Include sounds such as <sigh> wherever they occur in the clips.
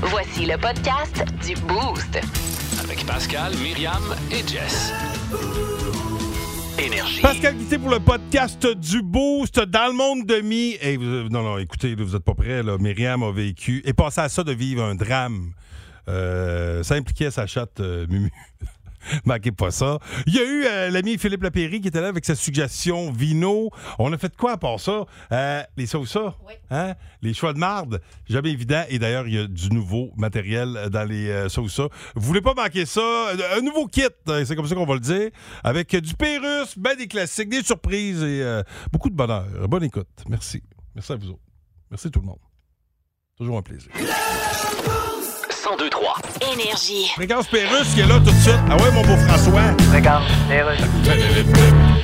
Voici le podcast du Boost. Avec Pascal, Myriam et Jess. Énergie. Pascal Guité pour le podcast du Boost dans le monde de mi. Hey, vous- euh, non, non, écoutez, là, vous n'êtes pas prêts. Là. Myriam a vécu et passé à ça de vivre un drame. Euh, ça impliquait sa chatte euh, Mumu. <laughs> Manquez pas ça. Il y a eu euh, l'ami Philippe Lapéry qui était là avec sa suggestion vino. On a fait quoi à part ça? Euh, les sauces, ça? Hein? Les choix de marde? Jamais évident. Et d'ailleurs, il y a du nouveau matériel dans les euh, sauces. ça. Vous voulez pas manquer ça? Euh, Un nouveau kit, euh, c'est comme ça qu'on va le dire, avec euh, du Pérus, ben des classiques, des surprises et euh, beaucoup de bonheur. Bonne écoute. Merci. Merci à vous autres. Merci tout le monde. Toujours un plaisir. 1023. Énergie. Fréquence Pérus qui est là tout de suite. Ah ouais, mon beau François.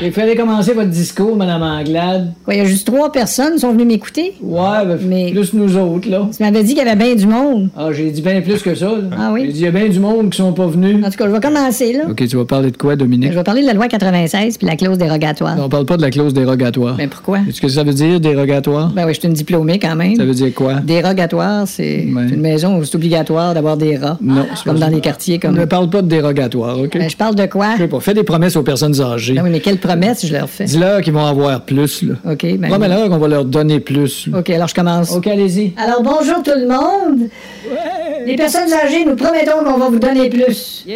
Préférez commencer votre discours, Madame Anglade? Quoi, il y a juste trois personnes qui sont venues m'écouter. Ouais, ben, Mais- plus nous autres, là. Tu m'avais dit qu'il y avait bien du monde. Ah, j'ai dit bien plus que ça, là. Ah oui? J'ai dit, il y a bien du monde qui sont pas venus. En tout cas, je vais commencer, là. OK, tu vas parler de quoi, Je Dominique? Ah, vais parler de la loi 96 puis la clause dérogatoire. On parle pas de la clause dérogatoire. Ben pourquoi? Est-ce que ça veut dire dérogatoire? Ben oui, je suis une diplômée quand même. Ça veut dire quoi? Dérogatoire, c'est Ouais. une maison où c'est obligatoire d'avoir des rats. Non, c'est Comme pas dans ça. les quartiers On comme. ne parle pas de dérogatoire, OK? Ben, je parle de quoi? Je sais pas. Fais des promesses aux personnes âgées. Ah oui, mais quelle promesse je leur fais? Dis-leur qu'ils vont avoir plus, là. OK, ben. Promets-leur qu'on va leur donner plus. là. OK, alors je commence. OK, allez-y. Alors bonjour tout le monde. Les personnes âgées, nous promettons qu'on va vous donner plus.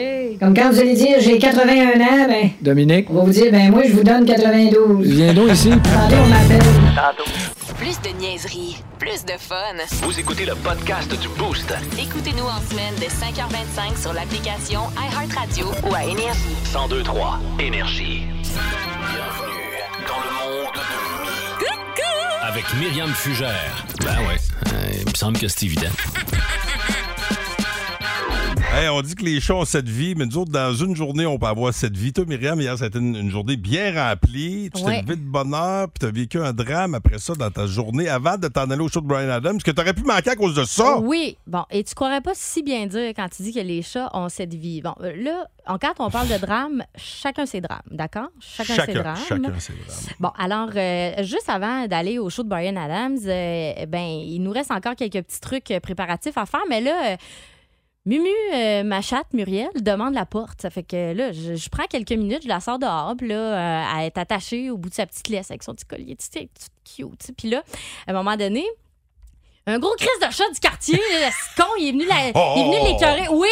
Comme quand vous allez dire j'ai 81 ans, ben Dominique, on va vous dire ben moi je vous donne 92. viens donc ici. Tantôt, on m'appelle. Plus de niaiserie, plus de fun. Vous écoutez le podcast du Boost. Écoutez-nous en semaine de 5h25 sur l'application iHeartRadio ou à Énergie. 1023. Énergie. Bienvenue dans le monde de Avec Myriam Fugère. Ben ouais. il me semble que c'est évident. Hey, on dit que les chats ont cette vie, mais nous autres, dans une journée, on peut avoir cette vie. Toi, Myriam, hier, ça a été une, une journée bien remplie. Tu t'es Ouais. levé de bonne heure, puis tu as vécu un drame après ça dans ta journée, avant de t'en aller au show de Brian Adams, que tu aurais pu manquer à cause de ça. Oui, bon, et tu croirais pas si bien dire quand tu dis que les chats ont cette vie. Bon, euh, là, en, quand on parle de drame, chacun ses drames, d'accord? Chacun, ses chacun, drames. chacun, c'est drame. Bon, alors, euh, juste avant d'aller au show de Brian Adams, euh, ben, il nous reste encore quelques petits trucs euh, préparatifs à faire, mais là. euh, Mumu, euh, ma chatte Muriel, demande la porte. Ça fait que là, je, je prends quelques minutes, je la sors dehors, puis là, euh, elle est attachée au bout de sa petite laisse avec son petit collier, tu sais, toute cute. tu sais. Puis là, à un moment donné, un gros crise de chat du quartier, là, le <laughs> petit con, il est venu la- Oh! il est venu l'écœurer. Oui,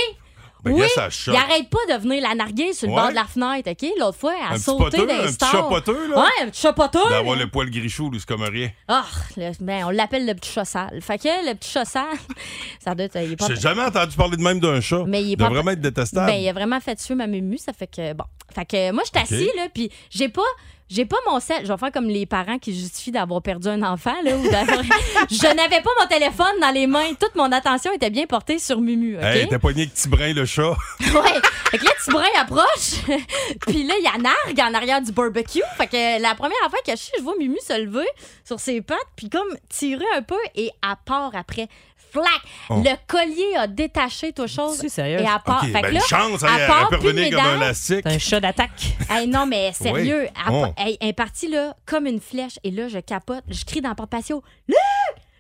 Ben, oui, gars, ça choque. il arrête pas de venir la narguer sur le Ouais. bord de la fenêtre, OK? L'autre fois, elle Un a petit sauté poteux, d'un un petit store. chat poteux, là. Ben, Ouais, un petit chat poteux. D'avoir le poil grichou, lui, c'est comme rien. Ah, le- ben, on l'appelle le petit chat sale. Fait que le petit chat sale, <laughs> ça doit être. il est pas- J'ai jamais entendu parler de même d'un chat. Mais il est Il doit pas- vraiment être détestable. Ben, il a vraiment fait tuer ma mumu, ça fait que bon. Fait que moi je suis assis là puis j'ai pas j'ai pas mon sel, je vais faire comme les parents qui justifient d'avoir perdu un enfant là ou <laughs> d'avoir <laughs> je n'avais pas mon téléphone dans les mains, toute mon attention était bien portée sur mumu, OK Hey, t'as poigné avec Tibrin, le chat. Ouais. Fait que là, Tibrin approche. <laughs> puis là, il y a nargue en arrière du barbecue. Fait que la première affaire que je sais, je vois Mimu se lever sur ses pattes, puis comme tirer un peu et à part après. Flac! Oh. Le collier a détaché toute chose. C'est sérieux? Et à part. OK, fait ben, que là, chance, hein, à elle part peut plus revenir mes comme un dents. élastique. C'est un chat d'attaque. Hey, non, mais sérieux, Oui. elle, Oh. elle- elle est partie là, comme une flèche. Et là, je capote. Je crie dans le porte-patio. Luc!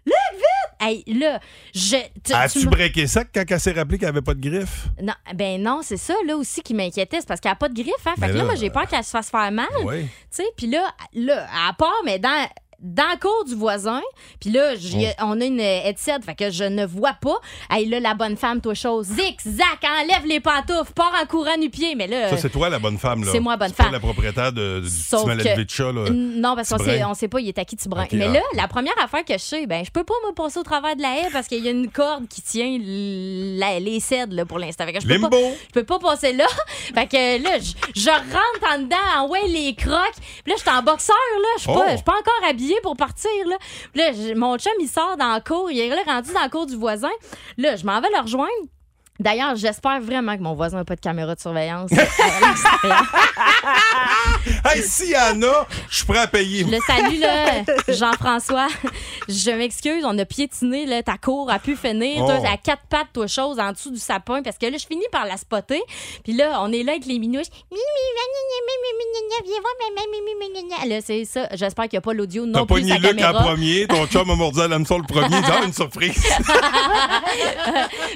Luc, vite! Hey, là, je. tu- tu As-tu me- breaké ça quand elle s'est rappelée qu'elle avait pas de griffes? non, ben non, c'est ça là aussi qui m'inquiétait, c'est parce qu'elle a pas de griffes. Hein. Fait Mais que Ben là, là, euh, moi, j'ai peur qu'elle se fasse faire mal. Oui. Tu sais, puis là, là, à part, mais dans. Dans le cours du voisin, puis là, j'y- on a une headset, fait que je ne vois pas. Hey, là, la bonne femme, toi, chose. Zig, zac, enlève les pantoufles, pars en courant du pied. Mais là, Ça, c'est toi, la bonne femme, là. Euh, c'est moi, bonne C'est pas femme. la propriétaire de, du Sauf petit mal que- élevé de chat, là. N- Non, parce qu'on Tibrin. sait, on sait pas, il est à qui Tibrin. Ok, Mais ah. là, la première affaire que je sais, ben, je peux pas me passer au travers de la haie parce qu'il y a une corde qui tient l- la- les cèdres là, pour l'instant. Fait que je peux, Limbo! pas, je peux pas passer là. <laughs> fait que là, je, je rentre en dedans, en ouais, les crocs. Puis là, je suis en boxeur, là. Je suis Oh. pas, je suis pas encore habillée habillé pour partir. Là, Puis là j- mon chum, il sort dans la cour. Il est là, rendu dans la cour du voisin. Là, je m'en vais le rejoindre. D'ailleurs, j'espère vraiment que mon voisin n'a pas de caméra <laughs> de surveillance. Hey, si y en a, je suis prêt à payer. Je le <laughs> salue, là, Jean-François. Je m'excuse, on a piétiné, là, ta cour a pu finir. Oh. Toi, à quatre pattes, toi, chose, en dessous du sapin, parce que là, je finis par la spotter. Puis là, on est là avec les minouches. Mimi, va, gna, gna, mimi, mimi, gna, viens voir, maman, mimi, mimi, gna, gna. Là, c'est ça. J'espère qu'il n'y a pas l'audio T'as non plus, pogné sa Luc en caméra. premier, ton chum a mordu à l'hameçon le premier. Dis, Ah, une <laughs> surprise.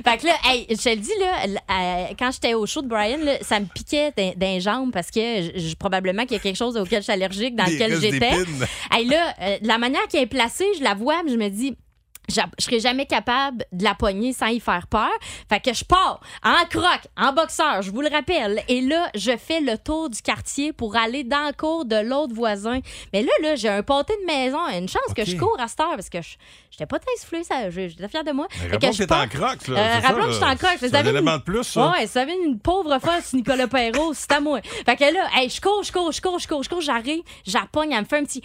Fait que là, hey, je te le dis, là, l- à- quand j'étais au show de Brian, là, ça me piquait d'un- d'un jambes parce que je- je- probablement qu'il y a quelque chose auquel je suis allergique, dans Des lequel restes j'étais. d'épines. Hey, là, euh, la manière qu'elle est placée, je la vois, mais je me dis. j'a- Je serais jamais capable de la pogner sans y faire peur. Fait que je pars en croc, en boxeur, je vous le rappelle. Et là, je fais le tour du quartier pour aller dans le cours de l'autre voisin. Mais là, là, j'ai un pâté de maison. Une chance que Ok. je cours à cette heure parce que je n'étais pas insufflé, ça. je- J'étais fière de moi. Mais Fait Ben, Rappelons que je t'es en pars- croque. euh, là, c'est ça, rappelons que là. je suis en croque. C'est un élément de plus, ça. Ouais, ça avait une pauvre fosse, Nicolas Perrault, c'est à moi. Fait que là, hey, je cours, je cours, je cours, je cours, je cours, j'arrive, j'appogne, elle me fait un petit.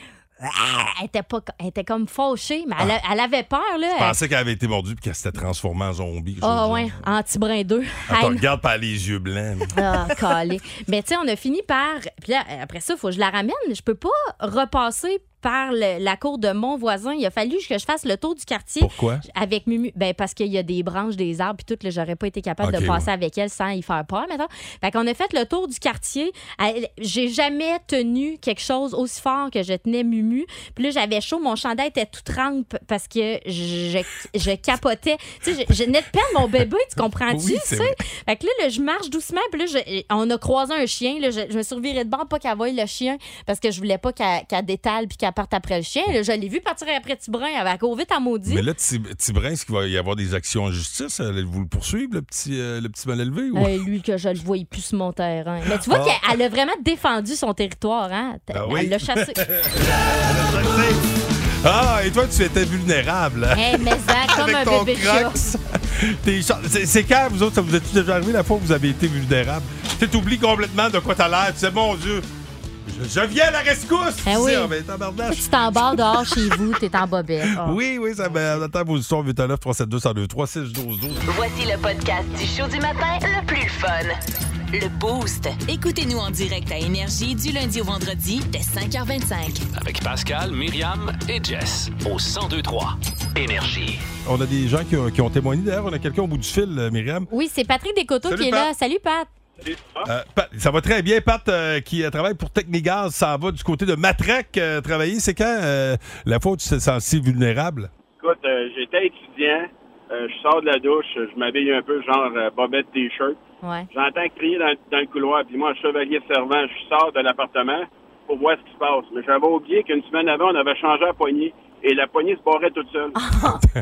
Elle était, pas, elle était comme fauchée, mais elle, a- elle avait peur, Je là. pensais qu'elle avait été mordue et qu'elle s'était transformée en zombie. Ah, je Ah, veux ouais, dire. anti-brin 2. Elle te regarde par les yeux blancs. Ah, calé. Mais tu sais, on a fini par. Puis là, après ça, il faut que je la ramène. Je peux pas repasser par le- la cour de mon voisin. Il a fallu que je fasse le tour du quartier. Pourquoi? Avec Mumu, ben parce qu'il y a des branches, des arbres, puis tout, là, j'aurais pas été capable Ok, de passer avec elle sans y faire peur, maintenant. Fait qu'on a fait le tour du quartier. Elle- J'ai jamais tenu quelque chose aussi fort que je tenais Mumu. Puis là, j'avais chaud, mon chandail était tout trempe parce que je, je, je capotais. tu sais, je, je venais de perdre mon bébé, tu comprends-tu? Oui, tu c'est sais? vrai. Fait que là, là, je marche doucement, puis là, je- on a croisé un chien. Là, je, je me suis revirée de bord, pas qu'elle voie le chien, parce que je voulais pas qu'elle qu'elle détale puis qu'elle parte après le chien. Là, je l'ai vu partir après Tibrin, elle va courir vite en maudit. Mais là, Ti- Tibrin, est-ce qu'il va y avoir des actions en justice? Allez-vous le poursuivre, le petit, euh, le petit mal élevé? ou- Hey, lui, que je le voyais plus sur mon terrain. Mais tu vois Ah. qu'elle a vraiment défendu son territoire, hein? Ben Elle oui. <laughs> l'a chassé. Ah, et toi, tu étais vulnérable. hey, Eh, mais ça, comme Avec un ton bébé chat. crocs. T'es cha- C'est c'est quand, vous autres, ça vous est déjà arrivé la fois où vous avez été vulnérable? Tu t'oublies complètement de quoi t'as l'air. Tu sais, mon Dieu, je, je viens à la rescousse! Eh Tu oui. sais, ah, ben, tabarnache. Tu t'embarres dehors chez vous, t'es <laughs> en bobette. Ah. Oui, oui, ça ben, on attend vos histoires 819 372 102 3612 12. Voici le podcast du show du matin le plus fun. Le Boost. Écoutez-nous en direct à Énergie du lundi au vendredi dès 5h25. Avec Pascal, Myriam et Jess au 1023 Énergie. On a des gens qui ont, qui ont témoigné. D'ailleurs, on a quelqu'un au bout du fil, euh, Myriam. Oui, c'est Patrick Descoteaux Salut, qui est Pat. là. Salut, Pat. Euh, Pat- ça va très bien. Pat, euh, qui euh, travaille pour Technigaz, ça va du côté de Matraque euh, travailler. C'est quand euh, la fois où tu t'es senti vulnérable? Écoute, euh, j'étais étudiant, euh, je sors de la douche, je m'habille un peu genre euh, bobette t-shirt. Ouais. J'entends crier dans, dans le couloir, puis moi, chevalier servant, je sors de l'appartement pour voir ce qui se passe. Mais j'avais oublié qu'une semaine avant, on avait changé la poignée, et la poignée se barrait toute seule. Ah. <laughs>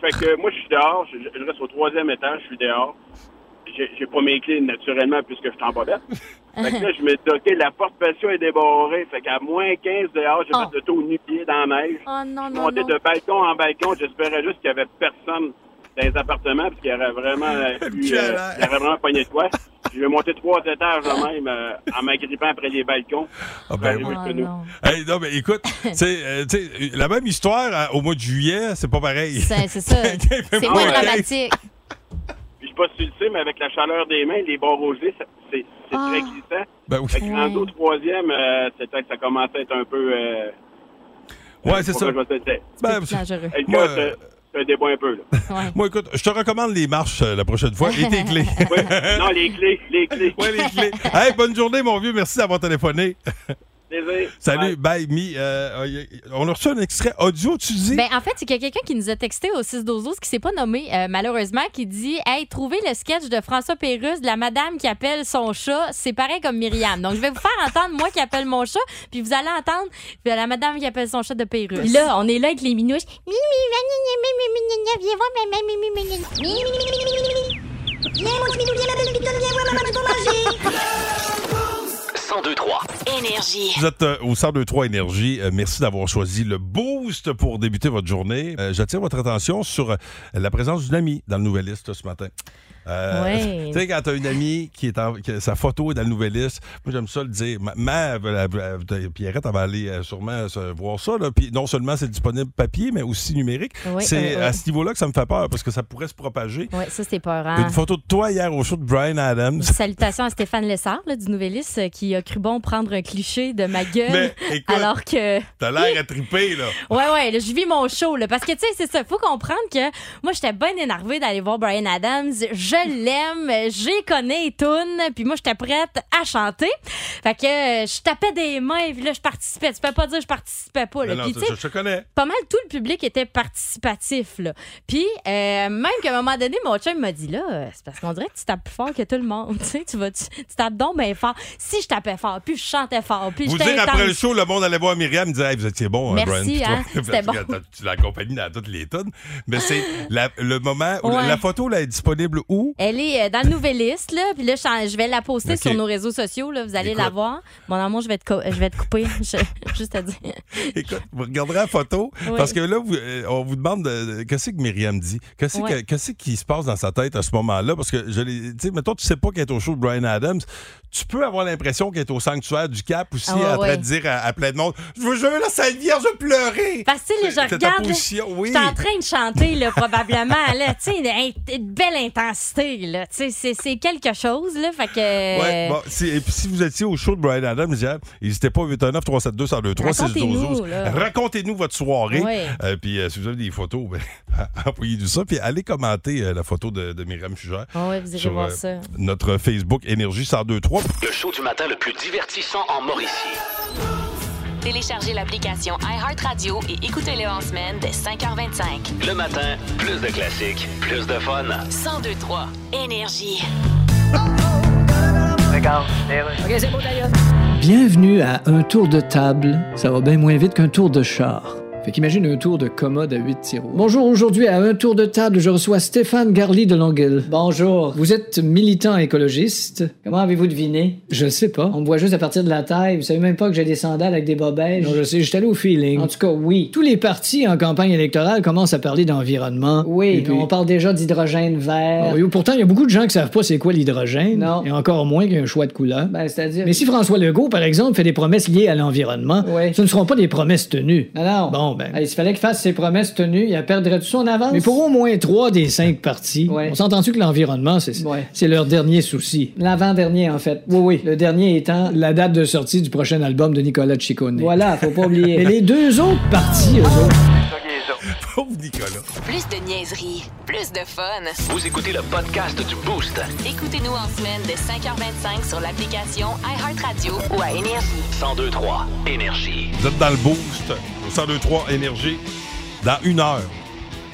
fait que moi, je suis dehors, je, je reste au troisième étage, je suis dehors. J'ai j'ai pas mes clés, naturellement, puisque je suis en <laughs> bobette. Fait que là, je me dis, OK, la porte patio est débarrée. Fait qu'à moins 15 dehors, j'ai Oh. fait le tour nu-pied dans la neige. Oh non, non, Monter non. de balcon en balcon, j'espérais juste qu'il n'y avait personne dans les appartements parce qu'il y aurait vraiment <laughs> euh, eu, euh, Chaleur. il y aurait vraiment pogné de quoi. Je vais monter trois étages de même euh, en m'agrippant après les balcons. Ah, pour arriver Oh jusque nous. <laughs> non. Hey, non, mais <laughs> écoute, tu sais, euh, tu sais, la même histoire euh, au mois de juillet, c'est pas pareil. C'est <laughs> c'est ça. C'est Fais-moi moins un case. dramatique. Puis je sais pas si tu le sais, mais avec la chaleur des mains, les barres aux yeux, ça- c'est c'est Ah. très glissant. Ben oui. Fait que rendu au troisième, euh, c'était que ça commençait à être un peu... euh, Ouais, c'est ça. pourquoi je vais te le dire? Ben, C'est dangereux. Hey, Moi, gars, c'est- c'est un débat un peu, là. Ouais. moi, écoute, je te recommande les marches euh, la prochaine fois et tes <laughs> clés. <laughs> Ouais. non, les clés, les clés. ouais, les <laughs> clés. Hey, bonne journée, mon vieux. Merci d'avoir téléphoné. <laughs> Plaisir. Salut, bye, mi. Euh, euh, on a reçu un extrait audio, tu dis? Ben, en fait, c'est qu'il y a quelqu'un qui nous a texté au 6 12 qui s'est pas nommé, euh, malheureusement, qui dit Hey, trouvez le sketch de François Pérusse, de la madame qui appelle son chat, c'est pareil comme Myriam. Donc, je vais vous faire entendre moi qui appelle mon chat, puis vous allez entendre euh, la madame qui appelle son chat de Pérusse. Puis là, on est là avec les minouches. Mimi, mimi, mimi, mimi, mimi, viens voir maman, mimi, mimi, mimi. Viens, mon petit bidou, viens, ma belle bidou, viens voir maman, tu peux manger. 1023 Énergie. Vous êtes euh, au 1023 Énergie. Euh, merci d'avoir choisi le boost pour débuter votre journée. Euh, J'attire votre attention sur euh, la présence d'une amie dans le Nouvelliste ce matin. Euh, Ouais. <laughs> Tu sais, quand t'as une amie qui est en- que sa photo est dans le nouvelliste, moi j'aime ça le dire. Ma, ma- elle veut- elle veut- elle veut- Pierrette, elle va aller euh, sûrement se voir ça. là. Puis non seulement c'est disponible papier, mais aussi numérique. Oui, c'est oui, oui. à ce niveau-là que ça me fait peur parce que ça pourrait se propager. Oui, ça, c'est peurant. Une photo de toi hier au show de Brian <laughs> Adams. Salutations à Stéphane Lessard, là, du Nouvelliste, euh, qui a cru bon prendre un cliché de ma gueule. Mais, écoute, alors que. T'as l'air à triper, là. Ouais, ouais, là, je vis mon show, là. Parce que, tu sais, c'est ça. Faut comprendre que moi, j'étais bien énervée d'aller voir Brian Adams. Je l'aime. J'ai connais les tunes. Puis moi, j'étais prête à chanter. Fait que euh, je tapais des mains. Puis là, je participais. Tu peux pas dire que je participais pas, là. Non, non, Puis, je, Oh, tu sais, je te connais. pas mal tout le public était participatif. Là. Puis, euh, même qu'à un moment donné, mon chum m'a dit là, euh, c'est parce qu'on dirait que tu tapes plus fort que tout le monde. <laughs> tu, sais, tu, vas, tu, tu tapes donc bien fort. Si je tapais fort, puis je chantais fort, puis Vous j'étais dire après intense. le show, le monde allait voir Myriam et disait hey, Vous étiez bon, hein, Merci, Brian. puis toi. hein, <laughs> Parce c'était que bon. t'as- Tu l'accompagnes dans toutes les tonnes. Mais c'est la- le moment où la- Ouais. la photo là, est disponible où <laughs> Elle est euh, dans le nouvelliste, là. Puis là, je, je vais la poster Ok. sur nos réseaux sociaux, là. Vous allez la Écoute. voir. Mon amour, je vais te, co- je vais te couper. <laughs> Je- <laughs> juste à dire. Écoute, vous regarderez la photo. Oui. Parce que là, vous- euh, on vous demande de- de- qu'est-ce que Myriam dit. Qu'est-ce que- Ouais. qu'est-ce qui se passe dans sa tête à ce moment-là? Parce que, je l'ai- tu sais, mettons, tu sais pas qu'elle est au show de Brian Adams. Tu peux avoir l'impression qu'elle est au sanctuaire du Cap aussi, Ah ouais, en train ouais. de dire à, à plein de monde Je vous jure, la Sainte Vierge a pleuré. Facile, je C'est ta regarde. là, position, oui. Je suis en train de chanter, là, probablement. Là, tu sais, une, une belle intensité, là. Tu sais, c'est- c'est quelque chose, là. Fait que. Ouais, bon, si, et puis si vous étiez au show de Brian Adams hier, n'hésitez pas 819 372 1023 Racontez-nous, là. Racontez-nous votre soirée. Ouais. Euh, puis euh, si vous avez des photos, ben, <laughs> envoyez-nous ça. Puis allez commenter euh, la photo de, de Myriam Fugère Ah ouais, vous irez sur voir euh, ça. notre Facebook Énergie 1023. Le show du matin le plus divertissant en Mauricie. Téléchargez l'application iHeartRadio et écoutez-le en semaine dès 5h25. Le matin, plus de classiques, plus de fun. 1023 Énergie. Ok, c'est bon d'ailleurs. Bienvenue à un tour de table. Ça va bien moins vite qu'un tour de char. Fait qu'imagine un tour de commode à 8 tiroirs. Bonjour, aujourd'hui à un tour de table, je reçois Stéphane Garly de Longueuil. Bonjour. Vous êtes militant écologiste. Comment avez-vous deviné? Je sais pas. On me voit juste à partir de la taille. Vous savez même pas que j'ai des sandales avec des bobettes. Non, je sais, j'étais allé au feeling. En tout cas, oui. Tous les partis en campagne électorale commencent à parler d'environnement. Oui, Et puis- on parle déjà d'hydrogène vert. Ah oui, pourtant, il y a beaucoup de gens qui savent pas c'est quoi l'hydrogène. Non. Et encore moins qu'un choix de couleur. Ben, c'est-à-dire. Mais si François Legault, par exemple, fait des promesses liées à l'environnement, Oui. ce ne seront pas des promesses tenues. Non, non. Bon, ben. Hey, s'il fallait qu'il fasse ses promesses tenues, il perdrait tout son avance. Mais pour au moins trois des cinq partis, Ouais. on s'entend-tu que l'environnement, c'est Ouais. c'est leur dernier souci? L'avant-dernier, en fait. Oui, oui. Le dernier étant. La date de sortie du prochain album de Nicolas Ciccone. Voilà, faut <laughs> pas Et oublier. les deux autres partis, eux autres, <laughs> Pauvre Nicolas. Plus de niaiserie, plus de fun. Vous écoutez le podcast du Boost. Écoutez-nous en semaine dès 5h25 sur l'application iHeartRadio ou à Énergie. 1023 Énergie. Vous êtes dans le boost au 1023 Énergie dans une heure.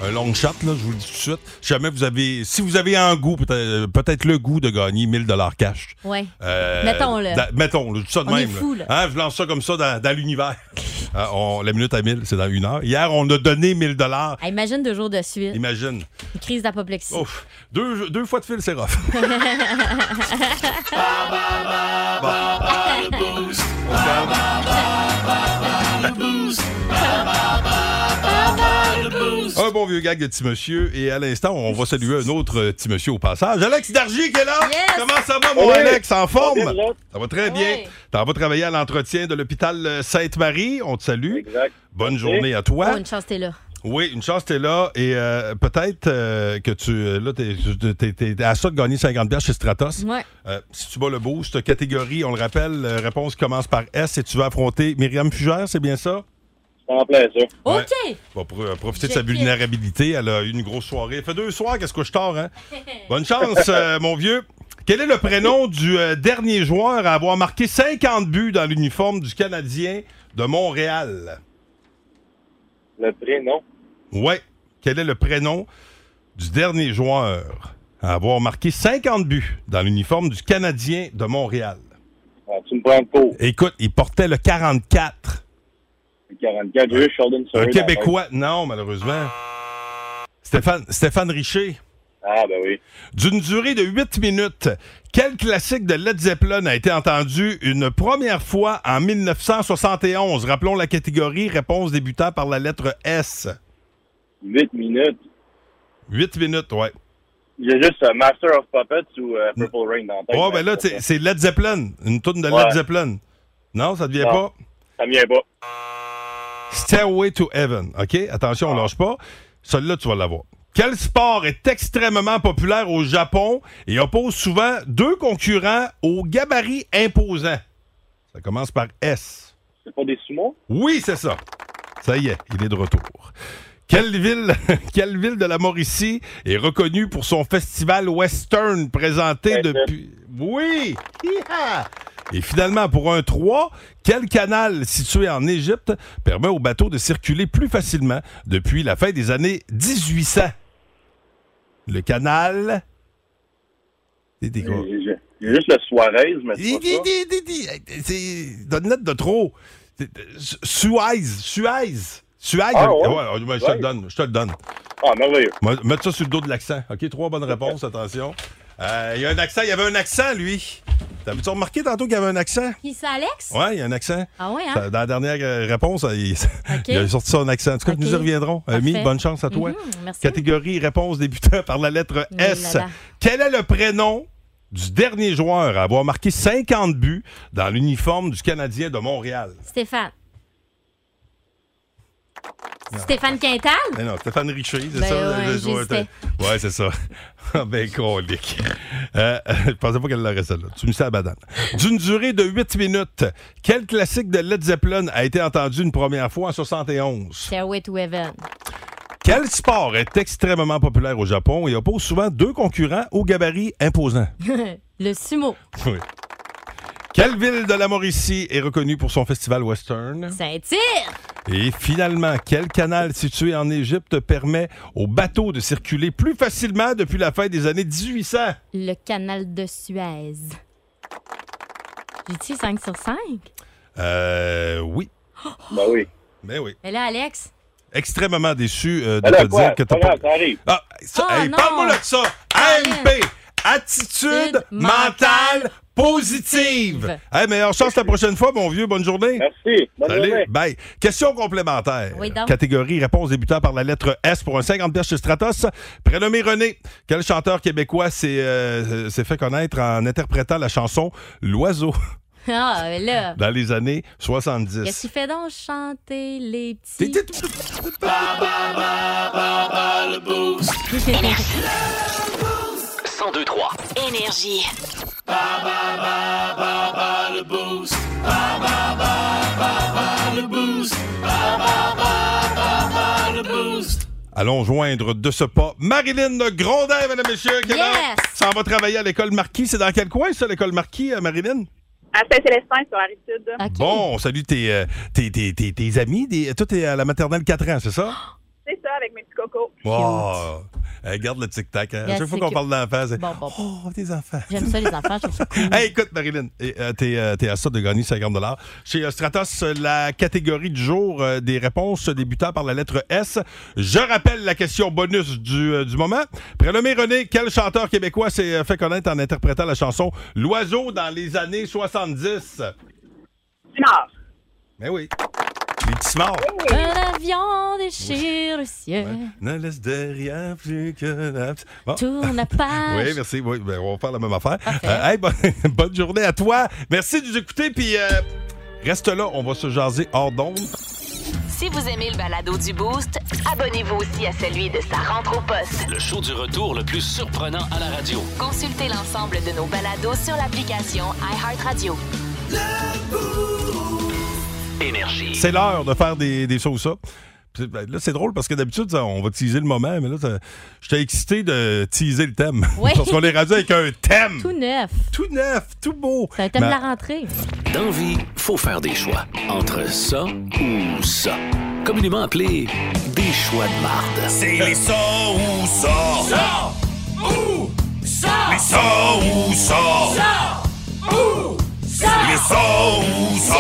Un long shot, là, je vous le dis tout de suite. Si jamais vous avez, si vous avez un goût, peut-être euh, peut-être le goût de gagner 1000 cash. Ouais. Euh, Mettons-le. da- mettons, là, je dis ça de On même. est fou, là. Hein, je lance ça comme ça dans, dans l'univers. <laughs> Euh, on- la minute à 1000, c'est dans une heure. Hier, on a donné 1000 dollars. Ah, imagine deux jours de suite. Imagine. Une crise d'apoplexie. <laughs> Ouf. Deux, deux fois de fil, c'est rough. <laughs> Un bon vieux gag de petit monsieur. Et à l'instant, on va saluer un autre euh, petit monsieur au passage. Alex Dargy qui est là. Yes. Comment ça va, mon Oui. Alex? En forme? là. Ça va très bien. Oui. T'en vas travailler à l'entretien de l'hôpital euh, Sainte-Marie. On te salue. Exact. Bonne journée à toi. Oh, une chance, t'es là. Oui, une chance, t'es là. Et euh, peut-être euh, que tu. euh, Là, t'es, t'es- t'es- t'es à ça de gagner 50 piastres chez Stratos. Ouais. Euh, si tu bats le boost, catégorie, on le rappelle, euh, réponse commence par S et tu vas affronter Myriam Fugère, c'est bien ça? Ça en plaît, ça. Ouais. OK! On va pro- euh, profiter de Je sa quitte. vulnérabilité. Elle a eu une grosse soirée. Elle fait deux soirs, qu'est-ce que je tors, hein? Bonne chance, euh, mon vieux. Quel est le prénom du euh, dernier joueur à avoir marqué 50 buts dans l'uniforme du Canadien de Montréal? Le prénom. Ouais. Quel est le prénom du dernier joueur à avoir marqué 50 buts dans l'uniforme du Canadien de Montréal? Ah, tu me prends de court. Écoute, il portait le 44. Le 44, j'ai eu Sheldon Un Surrey dans la tête. Québécois. Non, malheureusement. Stéphane, Stéphane Richer. Ah, ben oui. D'une durée de 8 minutes, quel classique de Led Zeppelin a été entendu une première fois en 1971? Rappelons la catégorie réponse débutant par la lettre S. 8 minutes. 8 minutes, ouais. Il y a juste euh, Master of Puppets ou euh, Purple Rain dans le Oh, ben là, tu sais, c'est Led Zeppelin. Une tourne de Ouais. Led Zeppelin. Non, ça ne devient Non. pas. Ça me vient pas. Stairway to Heaven. OK? Attention, on lâche pas. Celui-là, tu vas l'avoir. Quel sport est extrêmement populaire au Japon et oppose souvent deux concurrents au gabarit imposant? Ça commence par S. C'est pas des sumos? Oui, c'est ça. Ça y est, il est de retour. Quelle ville, <laughs> quelle ville de la Mauricie est reconnue pour son festival western présenté depuis... Oui! Hi-ha! Et finalement, pour un 3, quel canal situé en Égypte permet aux bateaux de circuler plus facilement depuis la fin des années 1800? Le canal... C'est des gros- Il y a- il y a juste le Suarez, mais c'est pas ça. c'est donne note de trop. C'est- euh, Su- Suez, Suez, Suez. Ah, ouais? Ouais, ouais, je te le Ouais. donne, je te le donne. Ah, merveilleux. Mets- Mettre ça sur le dos de l'accent. OK, trois bonnes réponses, attention. Euh, Il y a un accent, il y avait un accent, lui. T'avais-tu remarqué tantôt qu'il y avait un accent? Qui c'est Alex? Ouais, il y a un accent. Ah ouais, hein? Oh. Ça, Dans la dernière euh, réponse, il, <laughs> il a sorti son accent. En tout cas, Ok. nous y reviendrons. Ami, Parfait. bonne chance à toi. Mhm, merci. Catégorie réponse débutant par la lettre Oui, S. là, là. Quel est le prénom du dernier joueur à avoir marqué 50 buts dans l'uniforme du Canadien de Montréal? Stéphane. Non. Stéphane Quintal? Mais non, Stéphane Richer, c'est Ben ça? ouais, le joueur- j'hésitais. ouais, c'est ça. <laughs> Ah, ben, colique. Euh, je pensais pas qu'elle l'aurait celle-là. Tu me sais la badane. D'une durée de 8 minutes, quel classique de Led Zeppelin a été entendu une première fois en 71? Stairway to Heaven. Quel sport est extrêmement populaire au Japon et oppose souvent deux concurrents au gabarit imposant? <laughs> <laughs> le sumo. Oui. Quelle ville de la Mauricie est reconnue pour son festival western? Saint-Cyr. Et finalement, quel canal situé en Égypte permet aux bateaux de circuler plus facilement depuis la fin des années 1800? Le canal de Suez. J'ai dit 5 sur 5. Euh, oui. <gasps> Ben oui. Ben oui. Mais là, Alex, Extrêmement déçu euh, de Ben là, te quoi? dire que t'as Pas pas... grave, ça arrive. Ah, ça, Oh, hey, non. parle-moi de ça! AMP! Attitude mentale positive! Hey, meilleure chance la prochaine fois, mon vieux. Bonne journée. Merci. Bonne Salut. journée. Bye. Question complémentaire. Oui, donc. Catégorie réponse débutant par la lettre S pour un 50 pièces chez Stratos. Prénommé René. Quel chanteur québécois s'est euh, s'est fait connaître en interprétant la chanson L'oiseau ah, mais là, dans les années 70? qu'est-ce qu'il fait donc chanter les T'es- petits. t'es- le boost. 102 3. Énergie. le boost. Ba, ba, ba, ba, ba, le boost. Ba, ba, ba, ba, ba, le boost. Allons joindre de ce pas Marilyn Grondin, mesdames et messieurs. qui est là. Yes. Ça va travailler à l'école Marquis. C'est dans quel coin, ça, l'école Marquis, euh, Marilyn? À Saint-Célestin, sur la rive sud. Bon, salut tes, euh, tes, tes, tes, tes amis. Des, toi, t'es à la maternelle 4 ans, <gasps> c'est ça? C'est ça, avec mes petits cocos. Wow! Euh, garde le tic-tac. hein. À Yes, chaque fois c'est qu'on que- parle d'enfants, c'est. Oh, des enfants. J'aime ça, les enfants. je trouve ça cool. <laughs> Hey, écoute, Marilyn, et, euh, t'es euh, t'es à ça de gagner 50 Chez euh, Stratos, euh, la catégorie du jour euh, des réponses débutant par la lettre S. Je rappelle la question bonus du, euh, du moment. Prénommé René, quel chanteur québécois s'est euh, fait connaître en interprétant la chanson L'oiseau dans les années 70? Simard. Ben oui. Les petits morts. Un avion déchire le ciel. Ne laisse derrière plus que la... Bon. Tourne la <laughs> page. Oui, merci. Oui, ben, on va faire la même affaire. Euh, hey, bonne, <laughs> bonne journée à toi. Merci de nous écouter. Puis euh, reste là, on va se jaser hors d'onde. Si vous aimez le balado du Boost, abonnez-vous aussi à celui de sa rentre au poste. Le show du retour le plus surprenant à la radio. Consultez l'ensemble de nos balados sur l'application iHeartRadio. Énergie. C'est l'heure de faire des, des choses ça. Puis, ben, Là, c'est drôle parce que d'habitude, ça, on va teaser le moment, mais là, ça- j'étais excité de teaser le thème. Oui. <laughs> parce qu'on est rendu avec un thème. Tout neuf. <laughs> Tout neuf, tout beau. C'est un thème Ma- de la rentrée. Dans vie, faut faire des choix. Entre ça ou ça. Communément appelé des choix de marde. C'est les ça ou ça. Ça ou ça. Les ça ou ça. Ça ou ça. Les ça ou ça.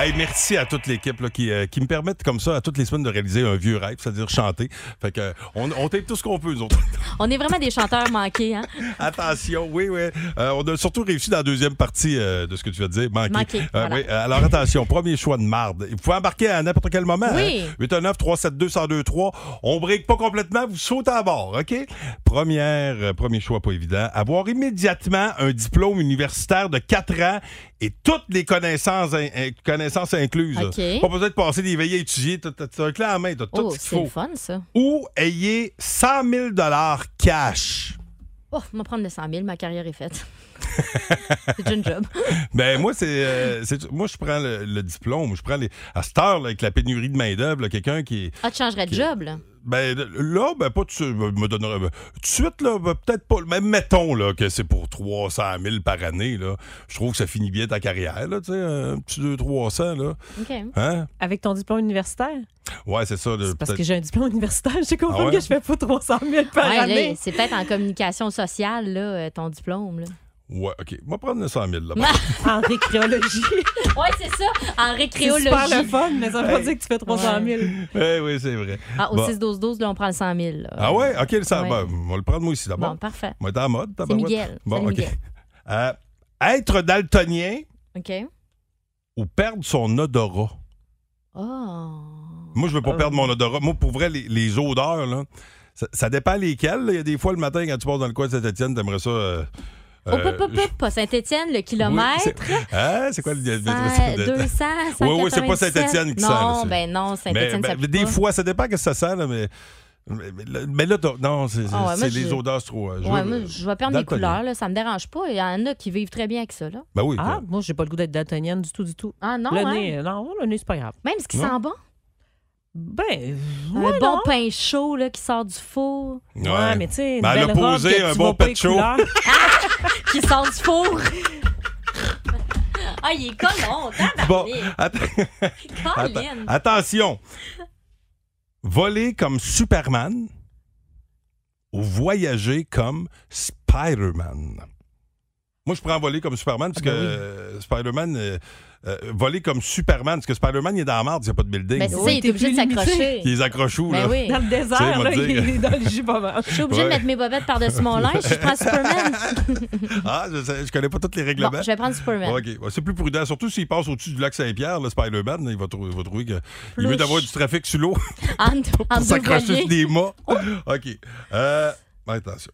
Hey, merci à toute l'équipe là, qui, euh, qui me permettent comme ça, à toutes les semaines, de réaliser un vieux rêve, c'est-à-dire chanter. Fait que, euh, on, on tape tout ce qu'on peut, nous autres. On est vraiment des chanteurs manqués, hein? Attention, oui, oui. Euh, on a surtout réussi dans la deuxième partie euh, de ce que tu vas dire, manquer. Manquer, Euh, voilà. oui, euh, alors attention, premier choix de marde. Vous pouvez embarquer à n'importe quel moment. hein. Oui. 819 372 1023 On brique pas complètement, vous sautez à bord, OK? Première, euh, premier choix pas évident. Avoir immédiatement un diplôme universitaire de 4 ans et toutes les connaissances, in- in- connaissances incluses. OK. Pas besoin de passer des veillées à étudier. T'as t'as un clé en main, t'as tout Oh, ce qu'il c'est le faut. fun, ça. Ou ayez 100 000 cash. Oh, on va prendre le 100 000, ma carrière est faite. c'est déjà une job. <laughs> Ben moi c'est, euh, c'est- moi je prends le, le diplôme, je prends les à cette heure là, avec la pénurie de main d'œuvre, là, quelqu'un qui est Ah, tu changerais de Ok. job, là. ben là ben pas tu me donnerait ben, tout de suite là ben, peut-être pas même mettons là que c'est pour 300 000 par année là, je trouve que ça finit bien ta carrière là, tu sais un petit 2 300 là. OK. Hein? Avec ton diplôme universitaire? Ouais, c'est ça là, Parce peut-être- que j'ai un diplôme universitaire, j'ai compris Ah ouais? que je fais pas 300 000 par Ouais, là, année. c'est peut-être en communication sociale, là, euh, ton diplôme. Là. Ouais, OK. On va prendre le 100 <laughs> 000 là. en récréologie. ouais, c'est ça, en C'est récréologie. super le fun, mais ça veut pas Hey. dire que tu fais 300 000. Eh oui, c'est vrai. Ah, au Bon. 6-12-12, là, on prend le 100 000. là. Ah ouais, OK, le 100 Euh, Ouais. ben, on va le prendre moi aussi d'abord. Bon, parfait. On va être en mode C'est tabarouette. Miguel. Bon, Salut, OK. Miguel. <laughs> Euh, être daltonien OK. Euh, ou perdre son odorat. Oh. Moi, je veux pas Ah. perdre mon odorat. Moi, pour vrai, les, les odeurs, là, ça, ça dépend lesquelles. là. Il y a des fois, le matin, quand tu passes dans le coin de Saint-Étienne, t'aimerais ça... euh, Oh, euh, pop, pop, pop, pas Saint-Étienne, le kilomètre. Hein? c'est quoi le... le- Cent- le- <laughs> 200, Oui, oui, c'est pas 197. Saint-Étienne qui Non, sent. là, c'est- ben non, Saint-Étienne, Mais, ça ben, pue Des pas. fois, ça dépend que ça sent, là, mais... Mais, mais- mais là, t'as- non, c'est c'est- Ah ouais, moi, c'est les je- odeurs, c'est trop... euh, je ouais, veux- moi, je vais perdre dans les le collier. couleurs, là, ça me dérange pas. Il y en a qui vivent très bien avec ça. Là. Ben oui. Ah, ben- moi, j'ai pas le goût d'être daltonienne du tout, du tout. Ah non, Le hein? nez, euh, non, le nez, c'est pas grave. Même ce qui Non. sent bon. Ben, Un ouais, bon non. pain chaud là, qui sort du four. Ouais, Ouais. mais tu sais, une Ben, elle a belle robe posé que tu un vois bon pas pet les show. couleurs. qui sort du four. ah, il est collant, Bon, <laughs> tabarnak. atta- atta- Colin. attention. Voler comme Superman ou voyager comme Spider-Man. Moi, je prends voler comme Superman Ah, ben parce que euh, Spider-Man. euh, euh, voler comme Superman parce que Spider-Man, il est dans la marde, il n'y a pas de building. Ben, c'est ça, il est obligé de s'accrocher. Il les accroche où, Ben là? oui. Dans le Tu sais, désert, il là, m'a dit- il est dans le jus pas mal. Je suis obligée de Ouais. mettre mes bobettes par-dessus mon linge. Je prends <laughs> Superman. Ah, je, sais- je connais pas tous les règlements. Bon, je vais prendre Superman. OK. Ouais, C'est plus prudent, surtout s'il passe au-dessus du lac Saint-Pierre, le Spider-Man, il va, trou- il va trouver qu'il est mieux Plouche. d'avoir du trafic sur l'eau <laughs> En, en Oh. pour deux s'accrocher voiliers. sur des mâts. OK. Euh, attention.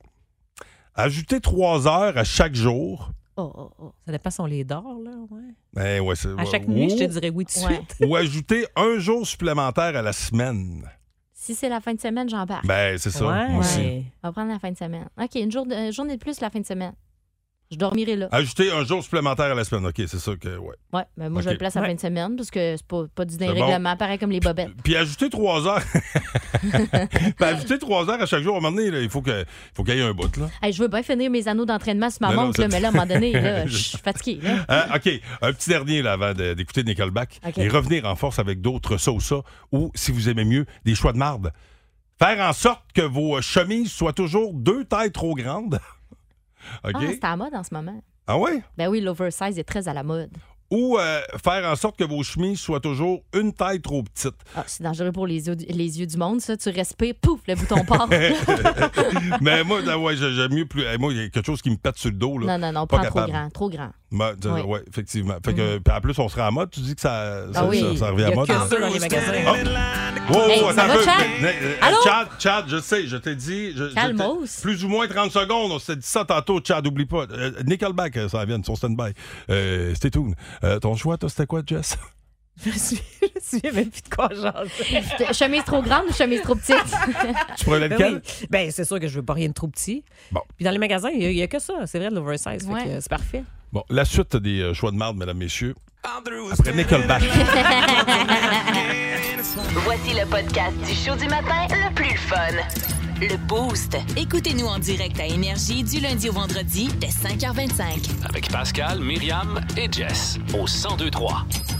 Ajouter trois heures à chaque jour. Oh, oh, oh. Ça dépend si on les dort, <laughs> là, ouais. Ben ouais, c'est- À chaque ou- nuit, je te dirais oui tout de Ouais. <laughs> suite. Ou ajouter un jour supplémentaire à la semaine. Si c'est la fin de semaine, j'embarque. Ben, c'est ça. Ouais. moi aussi. Ouais. On va prendre la fin de semaine. OK, une, jour- une journée de plus la fin de semaine. Je dormirai là. Ajouter un jour supplémentaire à la semaine. OK, c'est ça que. Ouais. Ouais, mais moi, je OK. le place à la fin de semaine parce que c'est pas, pas du C'est bon. règlement, pareil comme les bobettes. Puis ajouter trois heures. <laughs> Puis ajouter trois heures à chaque jour, à un moment donné, là, il faut que- il faut qu'il y ait un bout. Là. Hey, je veux bien finir mes anneaux d'entraînement sur ma Non, non, montre, là, c'est- mais là, à un moment donné, là, <laughs> je suis fatiguée. là. Euh, OK, un petit dernier là, avant de- d'écouter Nickelback OK. et revenir en force avec d'autres ça ou, si vous aimez mieux, des choix de marde. Faire en sorte que vos chemises soient toujours deux tailles trop grandes. <laughs> OK? Ah, c'est à la mode en ce moment. Ah ouais? Ben oui, l'oversize est très à la mode. Ou euh, faire en sorte que vos chemises soient toujours une taille trop petite. <laughs> Ah, c'est dangereux pour les yeux, les yeux du monde, ça. Tu respires, pouf, le <laughs> bouton part. Mais moi, là, ouais, j'ai- j'aime mieux plus. eh, Moi, il y a quelque chose qui me pète sur le dos. Là. non, non, non, Pas prends trop capable. grand, trop grand. Ben, tu- Oui. Mm-hmm. ouais, effectivement. Fait que, puis en plus, on sera en mode. Tu dis que ça, ça, Ah oui. ça- ça revient Il y à a mode. que hein? ça dans les magasins. Hop. Wow, wow, Hey, ça attends un va, peu. Chad? Mais, euh, Allô? Chad, Chad, je sais, je t'ai dit. je- je Calmos. t'ai- plus ou moins 30 secondes. On s'est dit ça tantôt, Chad, oublie pas. Euh, Nickelback, euh, ça vient, son stand-by. Euh, Stay tuned. Euh, ton choix, toi, c'était quoi, Jess? <laughs> Je me suis- je me souviens même plus de quoi <laughs> jaser. chemise trop grande ou chemise trop petite? Tu prenais Ben lequel? oui. Ben, c'est sûr que je veux pas rien de trop petit. Bon. Puis dans les magasins, il n'y a, que ça. C'est vrai, de l'oversize. Fait que, Ouais. euh, C'est parfait. Bon, la suite des euh, choix de marde, mesdames, messieurs. Après Nickelback. Voici le podcast du show du matin le plus fun. Le Boost. Écoutez-nous en direct à Énergie du lundi au vendredi dès 5h25. Avec Pascal, Myriam et Jess au 1023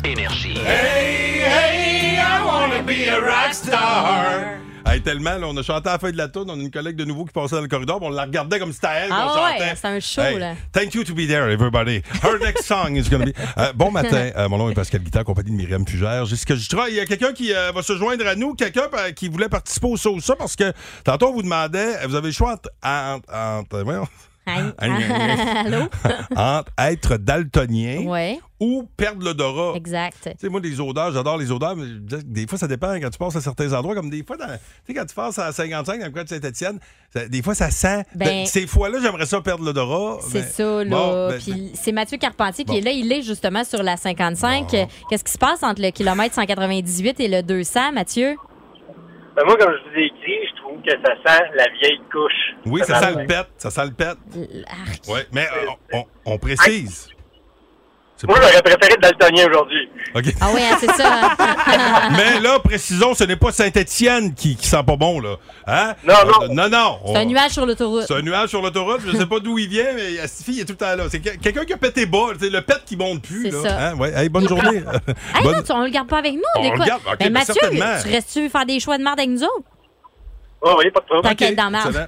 Énergie. Hey, hey, I wanna be a rock star. Hey, <laughs> Hey, tellement, là, on a chanté à la fin de la tourne, on a une collègue de nouveau qui passait dans le corridor, puis on la regardait comme si c'était elle qu'on Ah ouais, chantait. c'est un show, Hey, là. Thank you to be there, everybody. <laughs> Her next song is gonna be. Euh, bon matin, euh, mon nom est Pascal Guitard, compagnie de Myriam Fugère. J'ai ce que je travaille. Il y a quelqu'un qui euh, va se joindre à nous, quelqu'un euh, qui voulait participer au ça ou ça, parce que tantôt, on vous demandait, euh, vous avez le choix entre. entre- entre- euh, voyons. <laughs> Allô? <laughs> entre être daltonien Ouais. hein? ou perdre l'odorat. Exact. Tu sais, moi, les odeurs, j'adore les odeurs, mais je disais que des fois, ça dépend quand tu passes à certains endroits, comme des fois, dans- tu sais, quand tu passes à 55 dans le coin de Saint-Etienne, des fois, ça sent. Ben, Ben, ces fois-là, j'aimerais ça perdre l'odorat. C'est mais- ça, là. Ah, Bon, ben, Puis c'est Mathieu Carpentier Bon. qui est là. Il est justement sur la 55. Qu'est-ce qui se passe entre le kilomètre 198 et le 200, Mathieu? Ben, moi, comme je vous ai écrit, je trouve que ça sent la vieille couche. Oui, ça sent le pète, ça sent le pète. Oui, mais euh, on, on précise. C'est Moi, pas- j'aurais préféré daltonien aujourd'hui. OK. Ah oui, hein, c'est ça. hein? <laughs> mais là, précisons, ce n'est pas Saint-Étienne qui, qui sent pas bon, là. Hein? Non, Euh, non. Non, C'est un on- nuage sur l'autoroute. C'est un nuage sur l'autoroute, je sais pas d'où il vient, mais euh, cette fille est tout le temps là. C'est que- quelqu'un qui a pété bas, c'est le pet qui monte plus. C'est là. ça. Hein, ouais. Hey, bonne Il journée. Hey, Bonne- non, tu- on le garde pas avec nous. On des le quoi? garde, ok, Ben, mais Mathieu, certainement. tu restes-tu faire des choix de marde avec nous autres? Ah oui, pas de problème. Tant qu'elle est dans la marde.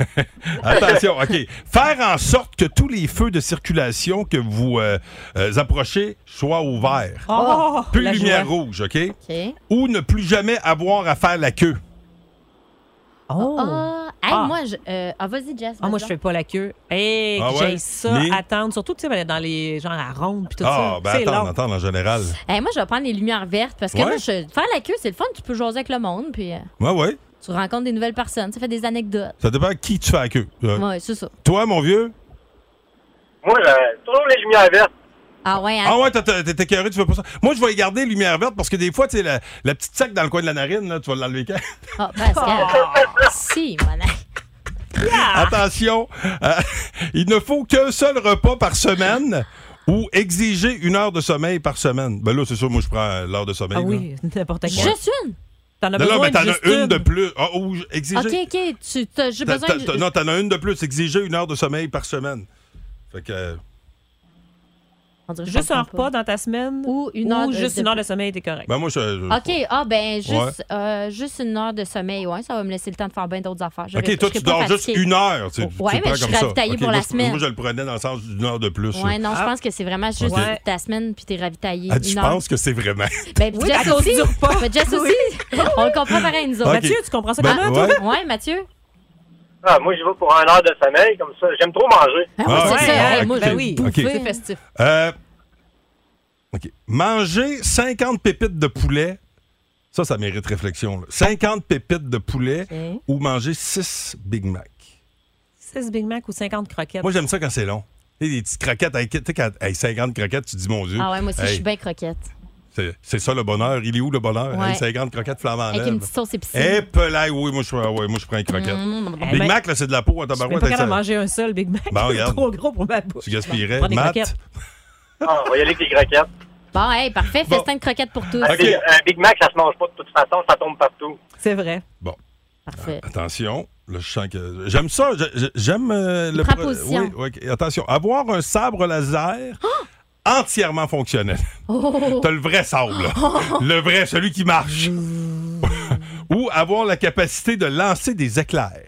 excellent. <laughs> Attention, OK. Faire en sorte que tous les feux de circulation que vous euh, euh, approchez soient ouverts. Oh, plus de la lumière joie. rouge, OK? Ou ne plus jamais avoir à faire la queue. Oh! <laughs> Ah, hey, Ah. moi, je. euh, ah, vas-y, Jess. Ah, moi, je fais pas la queue. Hé, Ah que ouais? j'ai ça, Mais- attendre. Surtout, tu sais, ben, dans les gens à ronde puis tout Ah, ça. ben c'est attends, long. attends, en général. Hey, Eh, moi, je vais prendre les lumières vertes parce que Ouais. moi, je- faire la queue, c'est le fun. Tu peux jaser avec le monde, puis euh, Ouais, ouais. tu rencontres des nouvelles personnes. Ça fait des anecdotes. Ça dépend à qui tu fais la queue. Euh, Ouais, c'est ça. Toi, mon vieux? Moi, j'ai toujours les lumières vertes. Ah, ouais, hein? Ah ouais, t'as- t'as- t'es écœuré, tu veux pas ça. Moi, je vais garder lumière verte parce que des fois, tu sais, la, la petite sac dans le coin de la narine, là, tu vas l'enlever quand? Ah, Pascal. si, mon ami. <laughs> Attention, euh, il ne faut qu'un seul repas par semaine ou exiger une heure de sommeil par semaine. Ben là, c'est sûr, moi, je prends euh, l'heure de sommeil. Ah là. oui, <laughs> n'importe quoi. Juste une. T'en as Non, non, besoin mais t'en de as juste une de plus. Ah, ou j- exiger. Ok, ok. tu- t'as- J'ai T'as- besoin. t'as- t'as- non, t'en as une de plus. Exiger une heure de sommeil par semaine. Fait que. euh, Juste un repas dans ta semaine ou une heure de- juste de- une heure de sommeil, t'es correct. Ben moi, je. je- OK, ah ben juste, Ouais. euh, juste une heure de sommeil, ouais, ça va me laisser le temps de faire bien d'autres affaires. Je Ok, ré- toi, je serai tu pas dors juste fatiguée. une heure. tu- tu Ouais, le mais prends je suis comme ça. ravitaillée Ok, pour la moi, je- semaine. Moi, je le prenais dans le sens d'une heure de plus. Ouais, non, je Ah. pense que c'est vraiment juste Ouais. ta semaine puis t'es ravitaillée. Ah, tu une heure. penses que c'est <laughs> vraiment. Ben, puis Oui, à Jess cause aussi. du repas. Ben, Jess aussi. On le comprend pareil, nous autres. Ok. Mathieu, tu comprends ça Ben, comment, toi? ouais. Ouais, Mathieu. Ah, moi, j'y vais pour une heure de sommeil, comme ça. J'aime trop manger. Ah, ouais, c'est ça. Hey, moi, ok. je vais Ok. bouffer. Ben C'est festif. Euh, OK. Manger 50 pépites de poulet, ça, ça mérite réflexion. là. 50 pépites de poulet ou manger 6 Big Mac. 6 Big Mac ou 50 croquettes. Moi, j'aime ça quand c'est long. Tu sais, Des petites croquettes. avec- Tu sais, quand hey, 50 croquettes, tu dis mon Dieu. Ah ouais, moi aussi, je hey, suis bien croquette. c'est- C'est ça le bonheur. Il est où le bonheur? Ouais. Hey, 50 croquettes flamand Avec une petite sauce épicée. Eh, pelaille, oui, moi, je, prends- ouais, moi, je prends une croquette. Mm. Big Ben, Mac, là, c'est de la peau à Je suis tabarouette. même pas hey, capable de ça- manger un seul Big Mac. Ben, regarde. <laughs> trop gros pour ma bouche. Tu gaspillerais. Prends des Matt? croquettes. Ah, on va y aller avec les croquettes. Bon, hey, parfait. Festin de croquettes pour tous. Un, Big, un Big Mac, ça se mange pas de toute façon, ça tombe partout. C'est vrai. Bon. Parfait. Attention, là, je sens que. J'aime ça, je- je- j'aime euh, le. prend pro- position. Oui, oui, ok. attention, avoir un sabre laser <gasps> entièrement fonctionnel. Oh. T'as le vrai sabre, <laughs> là. le vrai, celui qui marche. Mm. <laughs> Ou avoir la capacité de lancer des éclairs.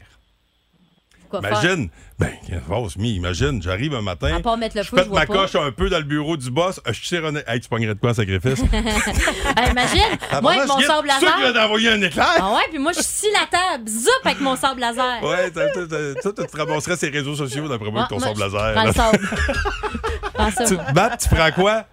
Quoi faire? Imagine, ben, vase mi, imagine, j'arrive un matin, À part mettre le je feu, je pète vois ma pas. coche hein. un peu dans le bureau du boss, Euh, je suis serronné. Hey, tu pognerais de quoi en sacrifice? <laughs> Hey, imagine, Ah, pendant moi avec que mon je guette, sable sûr qu'il va laser. t'envoyer un éclair. Ah ouais, puis moi, je suis la table. Zoup avec mon sable laser. Ouais, ça, ça, ça, ça, tu te ramasserais ces réseaux sociaux d'après moi Ouais, avec ton moi, sable je laser. prends le là. <laughs> sable. Prends ça. tu, Matt, tu prends quoi?